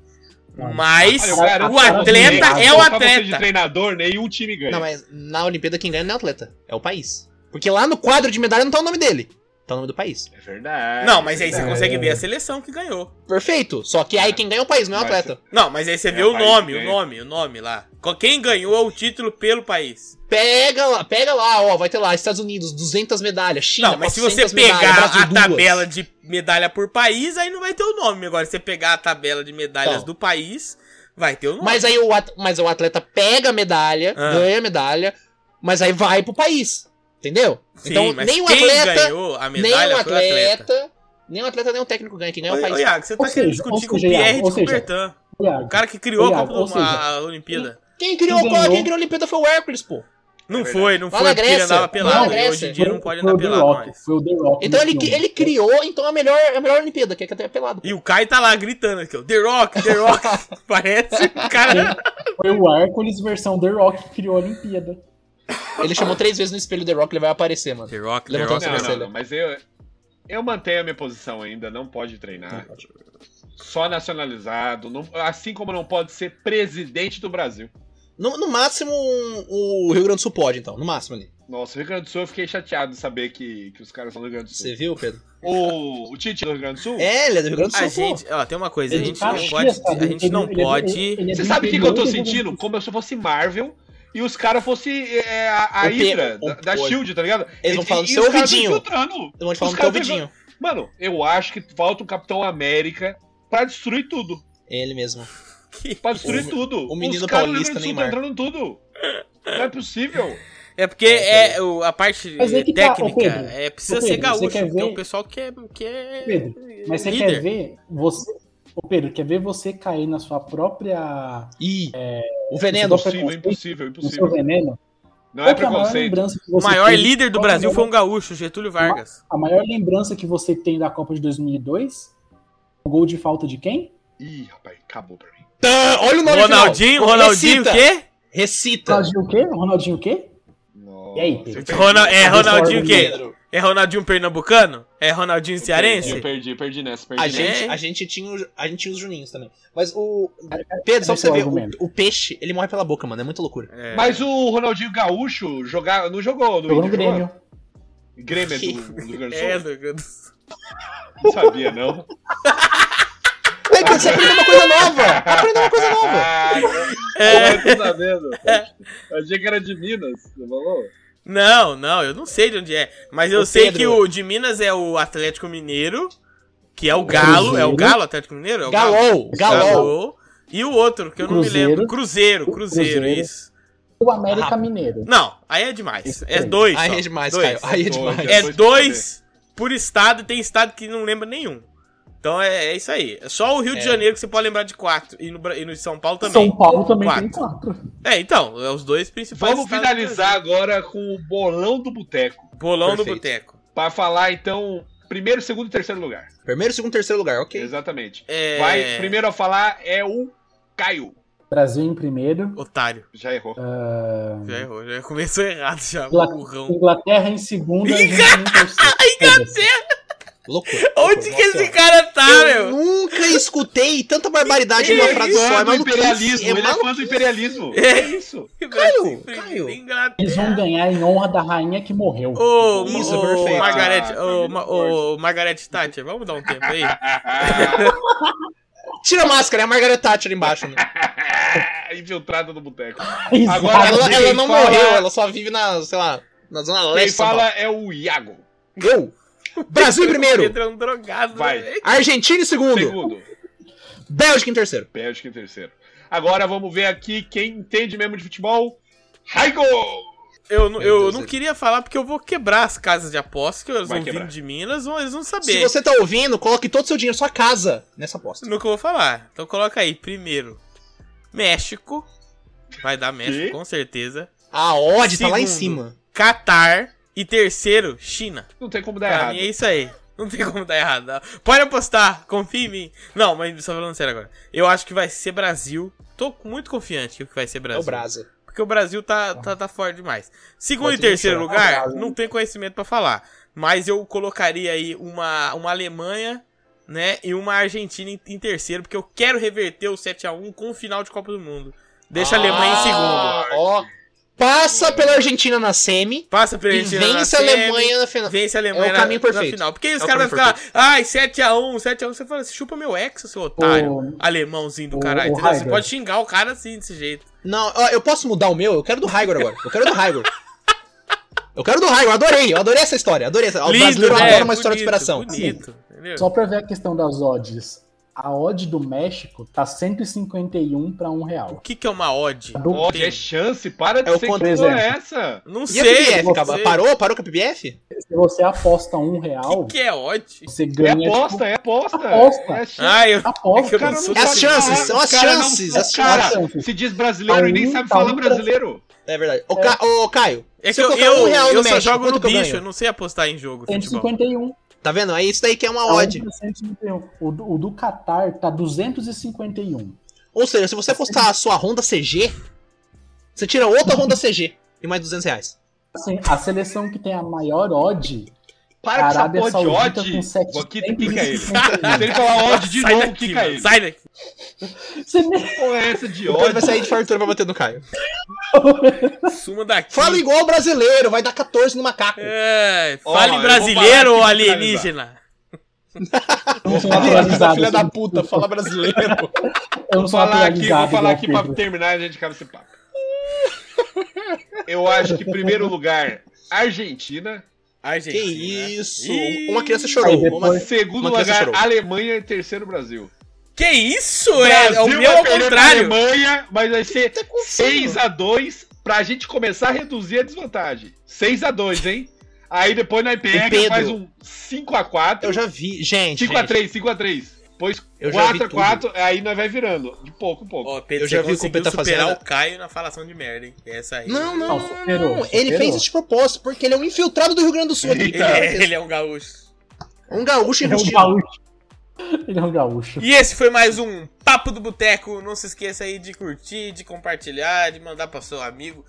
S4: Não.
S1: Mas
S3: Olha, eu garanto
S1: o
S3: pra você,
S1: atleta
S3: se
S1: é o
S3: eu assim, "Ah, colocar você de
S1: atleta.
S3: treinador, nenhum time ganha.
S2: Não, mas na Olimpíada quem ganha não é o atleta, é o país. Porque lá no quadro de medalha não tá o nome dele, tá o nome do país.
S3: É verdade.
S1: Não, mas aí você
S4: É.
S1: consegue ver a seleção que ganhou.
S2: Perfeito, só que aí quem ganha é o país, não é o
S3: Mas-
S2: atleta.
S1: Não, mas aí você
S3: É,
S1: vê o
S3: país
S1: nome, o
S3: ganha.
S1: nome, o nome lá. Co- Quem ganhou é o título pelo país.
S2: Pega lá, pega lá, ó, vai ter lá, Estados Unidos, 200 medalhas, China,
S1: Não, mas se você
S2: 400 medalhas,
S1: pegar
S2: Brasil,
S1: a
S2: duas.
S1: tabela de medalha por país, aí não vai ter o nome. Agora, se você pegar a tabela de medalhas
S2: Então.
S1: do país, vai ter o nome.
S2: Mas aí o, at- mas o atleta pega a medalha,
S1: Ah.
S2: ganha a medalha, mas aí vai pro país, entendeu?
S1: Sim,
S2: então,
S1: mas
S2: nem o
S1: quem
S2: atleta,
S1: ganhou a
S2: nem o
S1: medalha foi o atleta.
S2: atleta, nem o atleta, nem o técnico ganha, quem ganha é o
S1: Ô, ô,
S2: país.
S1: Iago, você tá
S4: Ou
S1: querendo
S4: seja, ou
S1: discutir com o
S4: seja,
S1: Pierre
S4: Iago,
S1: de
S4: ou seja,
S1: Coubertin,
S4: Iago,
S1: o cara que criou
S4: Ô,
S1: a, Copa
S4: Iago, ou
S1: do- a-
S4: seja,
S1: a Olimpíada.
S2: Quem criou
S4: Quem
S2: a Copa,
S4: ganhou?
S2: quem criou a Olimpíada foi o Hércules, pô.
S1: Não
S3: É
S1: foi, não
S2: Lá
S1: foi
S2: na
S1: porque ele
S2: Grécia,
S1: andava
S2: lá
S1: pelado.
S2: na
S1: e Hoje
S2: Grécia.
S1: em dia não pode
S4: foi
S1: andar
S4: o The
S1: pelado
S4: Rock.
S1: mais.
S4: Foi o The Rock.
S2: Então
S4: no
S2: ele,
S4: filme.
S2: ele criou, então, a melhor, a melhor Olimpíada, que é até pelado.
S1: E o Kai tá lá gritando aqui, ó. The Rock, The Rock. Parece o cara.
S4: Foi o Hércules versão The Rock que criou a Olimpíada.
S2: Ele chamou três vezes no espelho The Rock, ele vai aparecer, mano.
S1: The Rock, The
S2: Levantou
S1: Rock.
S2: essa
S3: Não, não,
S2: sobrancelha.
S3: não, mas eu, eu mantenho a minha posição ainda, não pode treinar. Só nacionalizado, não- assim como não pode ser presidente do Brasil.
S2: No, no máximo, um- o Rio Grande do Sul pode, então. No máximo ali.
S3: Nossa, o Rio Grande do Sul eu fiquei chateado de saber que, que os caras são do Rio Grande do Sul.
S2: Você viu, Pedro?
S3: O, o Tite é do Rio Grande do Sul?
S2: É, ele é do Rio Grande do Sul,
S1: A
S2: pô.
S1: gente, ó, tem uma coisa, a
S4: Ele
S1: gente
S4: tá
S1: não
S4: cheio,
S1: pode.
S4: sabe?
S1: A gente
S4: Ele-
S1: não
S4: ele- ele-
S1: pode.
S4: ele é
S3: Você sabe o que, que eu tô
S4: do Rio Grande do
S3: sentindo?
S4: Sul.
S3: Como se eu fosse Marvel e os caras fossem é, a, a
S2: O P-
S3: Hydra
S2: o-
S3: da, da
S2: o-
S3: Shield, tá ligado?
S2: Eles vão
S3: E-
S2: falar no
S3: e
S2: seu
S3: os caras
S2: ouvidinho.
S3: infiltrando.
S2: Eu vou te
S3: Os
S2: falar que é o
S3: caras
S2: Vidinho.
S3: Mano, eu acho que falta um Capitão América pra destruir tudo.
S2: Ele mesmo.
S3: Pra destruir
S2: O-
S3: tudo.
S2: o menino
S3: Os caras do Rio
S2: paulista,
S3: Grande do Sul
S2: Neymar.
S3: tá entrando em tudo. Não é possível.
S1: É porque é, o- a parte
S4: Mas é que tá, ô,
S1: técnica
S4: Pedro,
S1: é, precisa
S4: ô, Pedro,
S1: ser gaúcho.
S4: você quer
S1: Tem um
S4: ver-
S1: pessoal que é. Que é
S4: Pedro, Mas você
S1: líder.
S4: quer ver você. Ô Pedro, quer ver você cair na sua própria.
S2: Ih,
S4: É,
S2: o
S4: Não
S2: veneno.
S4: Você-
S3: Impossível,
S4: preconceito.
S3: impossível,
S4: no seu
S3: impossível.
S4: veneno?
S3: Não é
S4: Qual que a maior
S3: preconceito.
S4: lembrança que
S1: O
S4: você
S1: maior
S4: tem-
S1: líder do
S4: qual que é a
S1: Brasil
S4: maior-
S1: foi um gaúcho, Getúlio Vargas.
S4: A maior lembrança que você tem da Copa de 2002? O gol de falta de quem?
S3: Ih, rapaz, acabou pra mim.
S2: Tã, olha o nome
S1: Ronaldinho,
S2: final.
S1: Ronaldinho, o
S2: Recita.
S1: quê? Tá.
S2: Recita.
S4: Ronaldinho o quê? Ronaldinho o quê?
S3: Nossa,
S4: E aí, Pedro?
S3: eu perdi.
S1: Ronald- é
S4: Cadê
S1: Ronaldinho o
S4: Ford,
S1: quê?
S2: Pedro,
S1: É Ronaldinho pernambucano? É Ronaldinho
S3: Eu
S1: cearense?
S3: perdi, perdi nessa, perdi
S2: A
S3: nessa.
S2: gente, a, gente tinha, o- a gente tinha os Juninhos também. Mas o. Pedro, só pra você ver, o, o peixe, ele morre pela boca, mano. É muita loucura.
S1: É.
S3: Mas o Ronaldinho Gaúcho jogar, não jogou no
S4: Jogou no
S3: Inter,
S4: Grêmio.
S3: Grêmio é do, do Rio Grande do
S1: É,
S3: Sul?
S1: do Rio Grande do Sul.
S3: Não sabia, não.
S2: Ué, Pedro, É você aprendeu uma coisa nova! Aprendeu uma coisa nova!
S1: É.
S3: Eu Ah, tô sabendo. Eu Achei que era de Minas, você falou?
S1: Não, não, eu não sei de onde é. Mas eu
S2: Ô,
S1: sei
S2: Pedro.
S1: que o de Minas é o Atlético Mineiro, que é o Galo. É o Galo Atlético Mineiro? É o Galo.
S2: Galol! Galol!
S1: Galo. E o outro, que eu não me
S4: Cruzeiro.
S1: lembro. Cruzeiro, Cruzeiro,
S4: Cruzeiro.
S1: isso.
S4: O
S1: Ah,
S4: América Mineiro.
S1: Não, aí é demais. É
S4: Esse
S1: dois.
S2: Aí
S1: só.
S2: é demais,
S1: dois.
S2: Caio. Aí é demais.
S1: É
S3: Dois
S1: dois por estado, e tem estado que não lembra nenhum. Então é, é isso aí. É só o Rio de
S2: É.
S1: Janeiro que você pode lembrar de quatro. E no, Bra- e no de São Paulo também.
S4: São Paulo também
S1: Quatro.
S4: tem quatro.
S1: É, então, é os dois principais.
S3: Vamos
S1: estados do
S3: finalizar agora com o bolão do boteco.
S1: Brasil. Bolão do
S3: Perfeito.
S1: Boteco.
S3: Pra falar, então, primeiro, segundo e terceiro lugar.
S2: Primeiro, segundo, terceiro lugar, ok.
S3: Exatamente.
S1: É.
S3: Vai, primeiro a falar é o Caio.
S4: Brasil em primeiro.
S1: Otário.
S3: Já errou.
S4: ah,
S1: Já errou, já começou errado já.
S4: Ingla-
S1: Burrão.
S4: Inglaterra em segundo. Argentina em terceiro. Foda-se.
S2: Loucura.
S1: Onde
S2: Loucura.
S1: que
S2: Nossa,
S1: esse cara tá,
S2: Eu
S1: meu?
S2: nunca escutei tanta barbaridade numa
S1: Que
S2: frase
S3: Fã
S2: só. É
S3: do
S2: maluquice,
S3: imperialismo,
S2: é
S3: ele é fã do
S2: maluquice.
S3: imperialismo.
S1: É.
S3: É isso.
S2: Caio, Caio.
S4: Eles vão ganhar em honra da rainha que morreu.
S1: Ô,
S2: Isso,
S1: ô,
S2: perfeito.
S1: Margarete,
S3: Ah,
S1: ô,
S3: tá
S1: Ma-
S3: muito
S1: ô, Margarete Thatcher, vamos dar um tempo aí?
S2: Tira a máscara, é a Margaret Thatcher ali embaixo. né?
S3: Infiltrado no boteco.
S4: Exato.
S3: agora
S2: Ela, ela não
S3: Quem fala-
S2: morreu, ela só vive na, sei lá, na Zona
S3: Quem
S2: Leste. de São
S3: fala é o Iago.
S2: Paulo. Eu! Brasil em primeiro!
S1: Pedro é um drogado,
S3: Vai.
S1: né, velho?
S2: Argentina em segundo!
S3: Segundo,
S2: Bélgica em terceiro!
S3: Bélgica em terceiro. Agora vamos ver aqui quem entende mesmo de futebol. Raigo!
S1: Eu, não-
S2: Meu
S1: eu
S2: Deus,
S1: não
S2: ele-
S1: queria falar porque eu vou quebrar as casas de apostas, que eles
S3: Vai
S1: vão
S3: quebrar.
S1: vindo de Minas, vão, eles vão
S2: Se
S1: saber.
S2: você tá ouvindo, coloque todo o seu dinheiro, sua casa, nessa aposta.
S1: No que eu vou falar. Então coloca aí, primeiro, México. Vai dar México,
S3: Que?
S1: com certeza.
S2: A odd tá lá em
S1: Segundo.
S2: cima.
S1: Catar. E terceiro, China.
S3: Não tem como dar
S1: Pra
S3: errado.
S1: mim é isso aí. Não tem como dar errado. não. Pode apostar, confia em mim. Não, mas só falando sério agora. Eu acho que vai ser Brasil. Tô muito confiante que vai ser
S2: É
S1: Brasil.
S2: o Brasa.
S1: Porque o Brasil tá, tá, tá forte demais. Segundo
S2: É Brasil
S1: e terceiro
S2: não
S1: lugar,
S4: Brasil.
S1: não tem conhecimento pra falar. Mas eu colocaria aí uma, uma Alemanha, né? E uma Argentina em, em terceiro, porque eu quero reverter o 7x1 com o final de Copa do Mundo. Deixa a Alemanha em segundo.
S2: Ah, Ó, passa pela Argentina na semi
S1: Passa pra
S2: e
S1: Argentina. na
S2: vence a
S1: semi.
S2: Alemanha na final.
S1: Vence a Alemanha
S2: É o
S1: na-
S2: caminho
S1: na,
S2: perfeito.
S1: final. Porque os
S2: É o
S1: caras vão
S2: caminho
S1: ficar, ai, 7x1, 7x1. Você fala assim, chupa meu ex, seu é otário.
S4: Ô,
S1: Alemãozinho do
S4: ô,
S1: caralho.
S4: ô,
S1: entendeu? Você
S4: Raider.
S1: pode xingar o cara assim, desse jeito.
S2: Não, ó, eu posso mudar o meu? Eu quero do Raigor agora. Eu quero do Raigor. Eu quero do Raigor, adorei. Eu adorei essa história. Adorei essa. O brasileiro adora uma história de superação.
S1: né? Bonito, entendeu?
S4: Só pra ver a questão das odds. A odd do México tá 151 pra 1
S1: O
S4: real.
S1: que que é uma odd?
S4: A do-
S3: Ó, que é chance, para de
S2: É o
S3: ser
S2: contra-
S3: que porra é
S4: exemplo.
S3: essa.
S1: Não
S2: E a
S1: sei.
S2: PBF,
S1: não
S2: Caba?
S1: sei.
S2: Parou? Parou com a PBF?
S4: Se você aposta 1
S1: O
S4: real,
S1: que que é odd?
S4: você
S3: É
S4: ganha.
S3: aposta, é aposta.
S4: Aposta.
S3: É chance.
S1: Ah, eu... É que
S4: aposta.
S1: eu não sou
S2: É as
S1: Sabe
S2: chances,
S1: falar,
S2: são as
S3: Cara, não-
S2: chances. As
S3: cara,
S2: chances.
S3: se diz brasileiro e nem
S4: Tá
S3: sabe
S4: um-
S3: falar
S4: tá um-
S3: brasileiro.
S2: É verdade. Ô, Ca- ô, Caio,
S1: É que
S2: se
S1: eu,
S2: eu colocar um
S1: eu,
S2: real no
S1: eu só
S2: México,
S1: jogo no
S2: quanto que eu
S1: bicho,
S2: ganho?
S1: eu não sei apostar em jogo de futebol.
S4: 151.
S2: tá vendo? É isso daí que é uma
S4: A
S2: odd.
S4: odd um. é 151. O do, o do Qatar tá 251.
S2: Ou seja, se você apostar a sua Honda CG, você tira outra Honda CG e mais 200 reais.
S4: Assim, a seleção que tem a maior odd
S3: Para com essa
S4: Arábia
S3: porra de
S4: Saudita com
S3: ódio.
S4: sete
S3: Vou aqui pica é ele. Se
S4: 151.
S3: ele falar ódio de
S1: sai
S3: novo,
S1: daqui,
S3: quica
S1: mano,
S3: ele.
S1: sai daqui.
S4: Você nem...
S3: Porra é essa de
S2: O Pedro Então vai
S3: ódio?
S2: sair de fartura pra bater no Caio.
S1: Suma daqui.
S2: Fala igual o brasileiro, vai dar 14 no macaco.
S1: É,
S3: Ó, eu
S1: fale
S3: vou parar aqui
S1: brasileiro ou
S3: pra
S1: alienígena?
S4: Eu não sou
S2: Filha
S4: naturalizado.
S2: filha da
S4: assim.
S2: puta, fala brasileiro.
S4: Eu
S3: Vou
S4: não sou
S3: falar aqui, vou
S4: naturalizado.
S3: falar
S4: igual
S3: aqui pra
S4: né, Pedro.
S3: terminar e a gente acaba esse papo. Eu acho que, em primeiro lugar, Argentina.
S2: Que
S1: Argentina.
S2: isso?
S1: Ih.
S2: Uma criança
S4: Aí
S2: chorou.
S4: depois-
S2: Uma...
S3: Segundo
S2: Uma criança
S3: lugar,
S2: chorou.
S3: Alemanha. E terceiro, Brasil.
S1: Que isso? É, é o
S3: Brasil
S1: meu
S3: vai
S1: ao
S3: perder pra
S1: contrário.
S3: Alemanha, mas vai ser
S2: Tá com fome.
S3: 6x2 pra gente começar a reduzir a desvantagem. 6x2, hein? Aí depois nós pega,
S2: Pedro,
S3: faz um 5x4.
S2: Eu já vi. Gente, gente,
S3: 5x3, 5x3. Depois
S2: Eu já vi
S3: 4x4, aí nós vai virando. De pouco em pouco.
S1: Ó, Pedro,
S2: Eu já
S1: você
S2: vi o que o
S1: conseguiu
S2: Pedro tá
S1: superar
S2: fazendo.
S1: o Caio na falação de merda, hein? É Essa aí.
S2: Não, não,
S4: Não,
S2: não,
S4: superou,
S2: não. Ele
S4: superou.
S2: fez isso de propósito, porque ele é um infiltrado do Rio Grande do Sul. aqui.
S1: Ele, é, ele é um gaúcho.
S2: Um gaúcho
S4: Ele é um
S2: enrustido.
S4: gaúcho. Ele é um gaúcho.
S1: E esse foi mais um Papo do Boteco. Não se esqueça aí de curtir, de compartilhar, de mandar para seu amigo.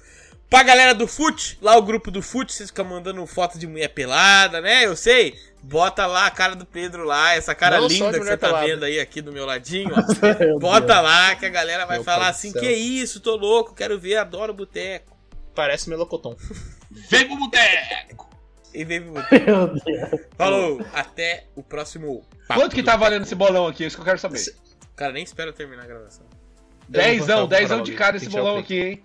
S1: Pra galera do FUT, lá o grupo do FUT, vocês ficam mandando foto de mulher pelada, né? Eu sei. Bota lá a cara do Pedro lá, essa cara
S2: Não só
S1: linda
S2: de
S1: que
S2: mulher
S1: você tá
S2: pelada.
S1: vendo aí aqui do meu ladinho. ó.
S4: é um
S1: Bota lá que a galera vai
S2: Meu
S1: falar
S2: pai do
S1: assim:
S2: céu.
S1: que isso, tô louco, quero ver, adoro boteco.
S2: Parece melocotão.
S3: Vem pro boteco!
S1: E vem pro boteco.
S4: Meu Deus.
S1: Falou, até o próximo. papo
S3: Quanto que
S1: do
S3: tá
S1: Boteco.
S3: valendo esse bolão aqui? Isso que eu quero saber.
S2: Se-
S1: Cara, nem espera terminar a gravação.
S3: Dezão,
S2: Eu vou botar o
S3: dezão de
S2: Braulio,
S3: cara esse
S2: tem que tirar o
S3: bolão
S2: print.
S3: aqui, hein?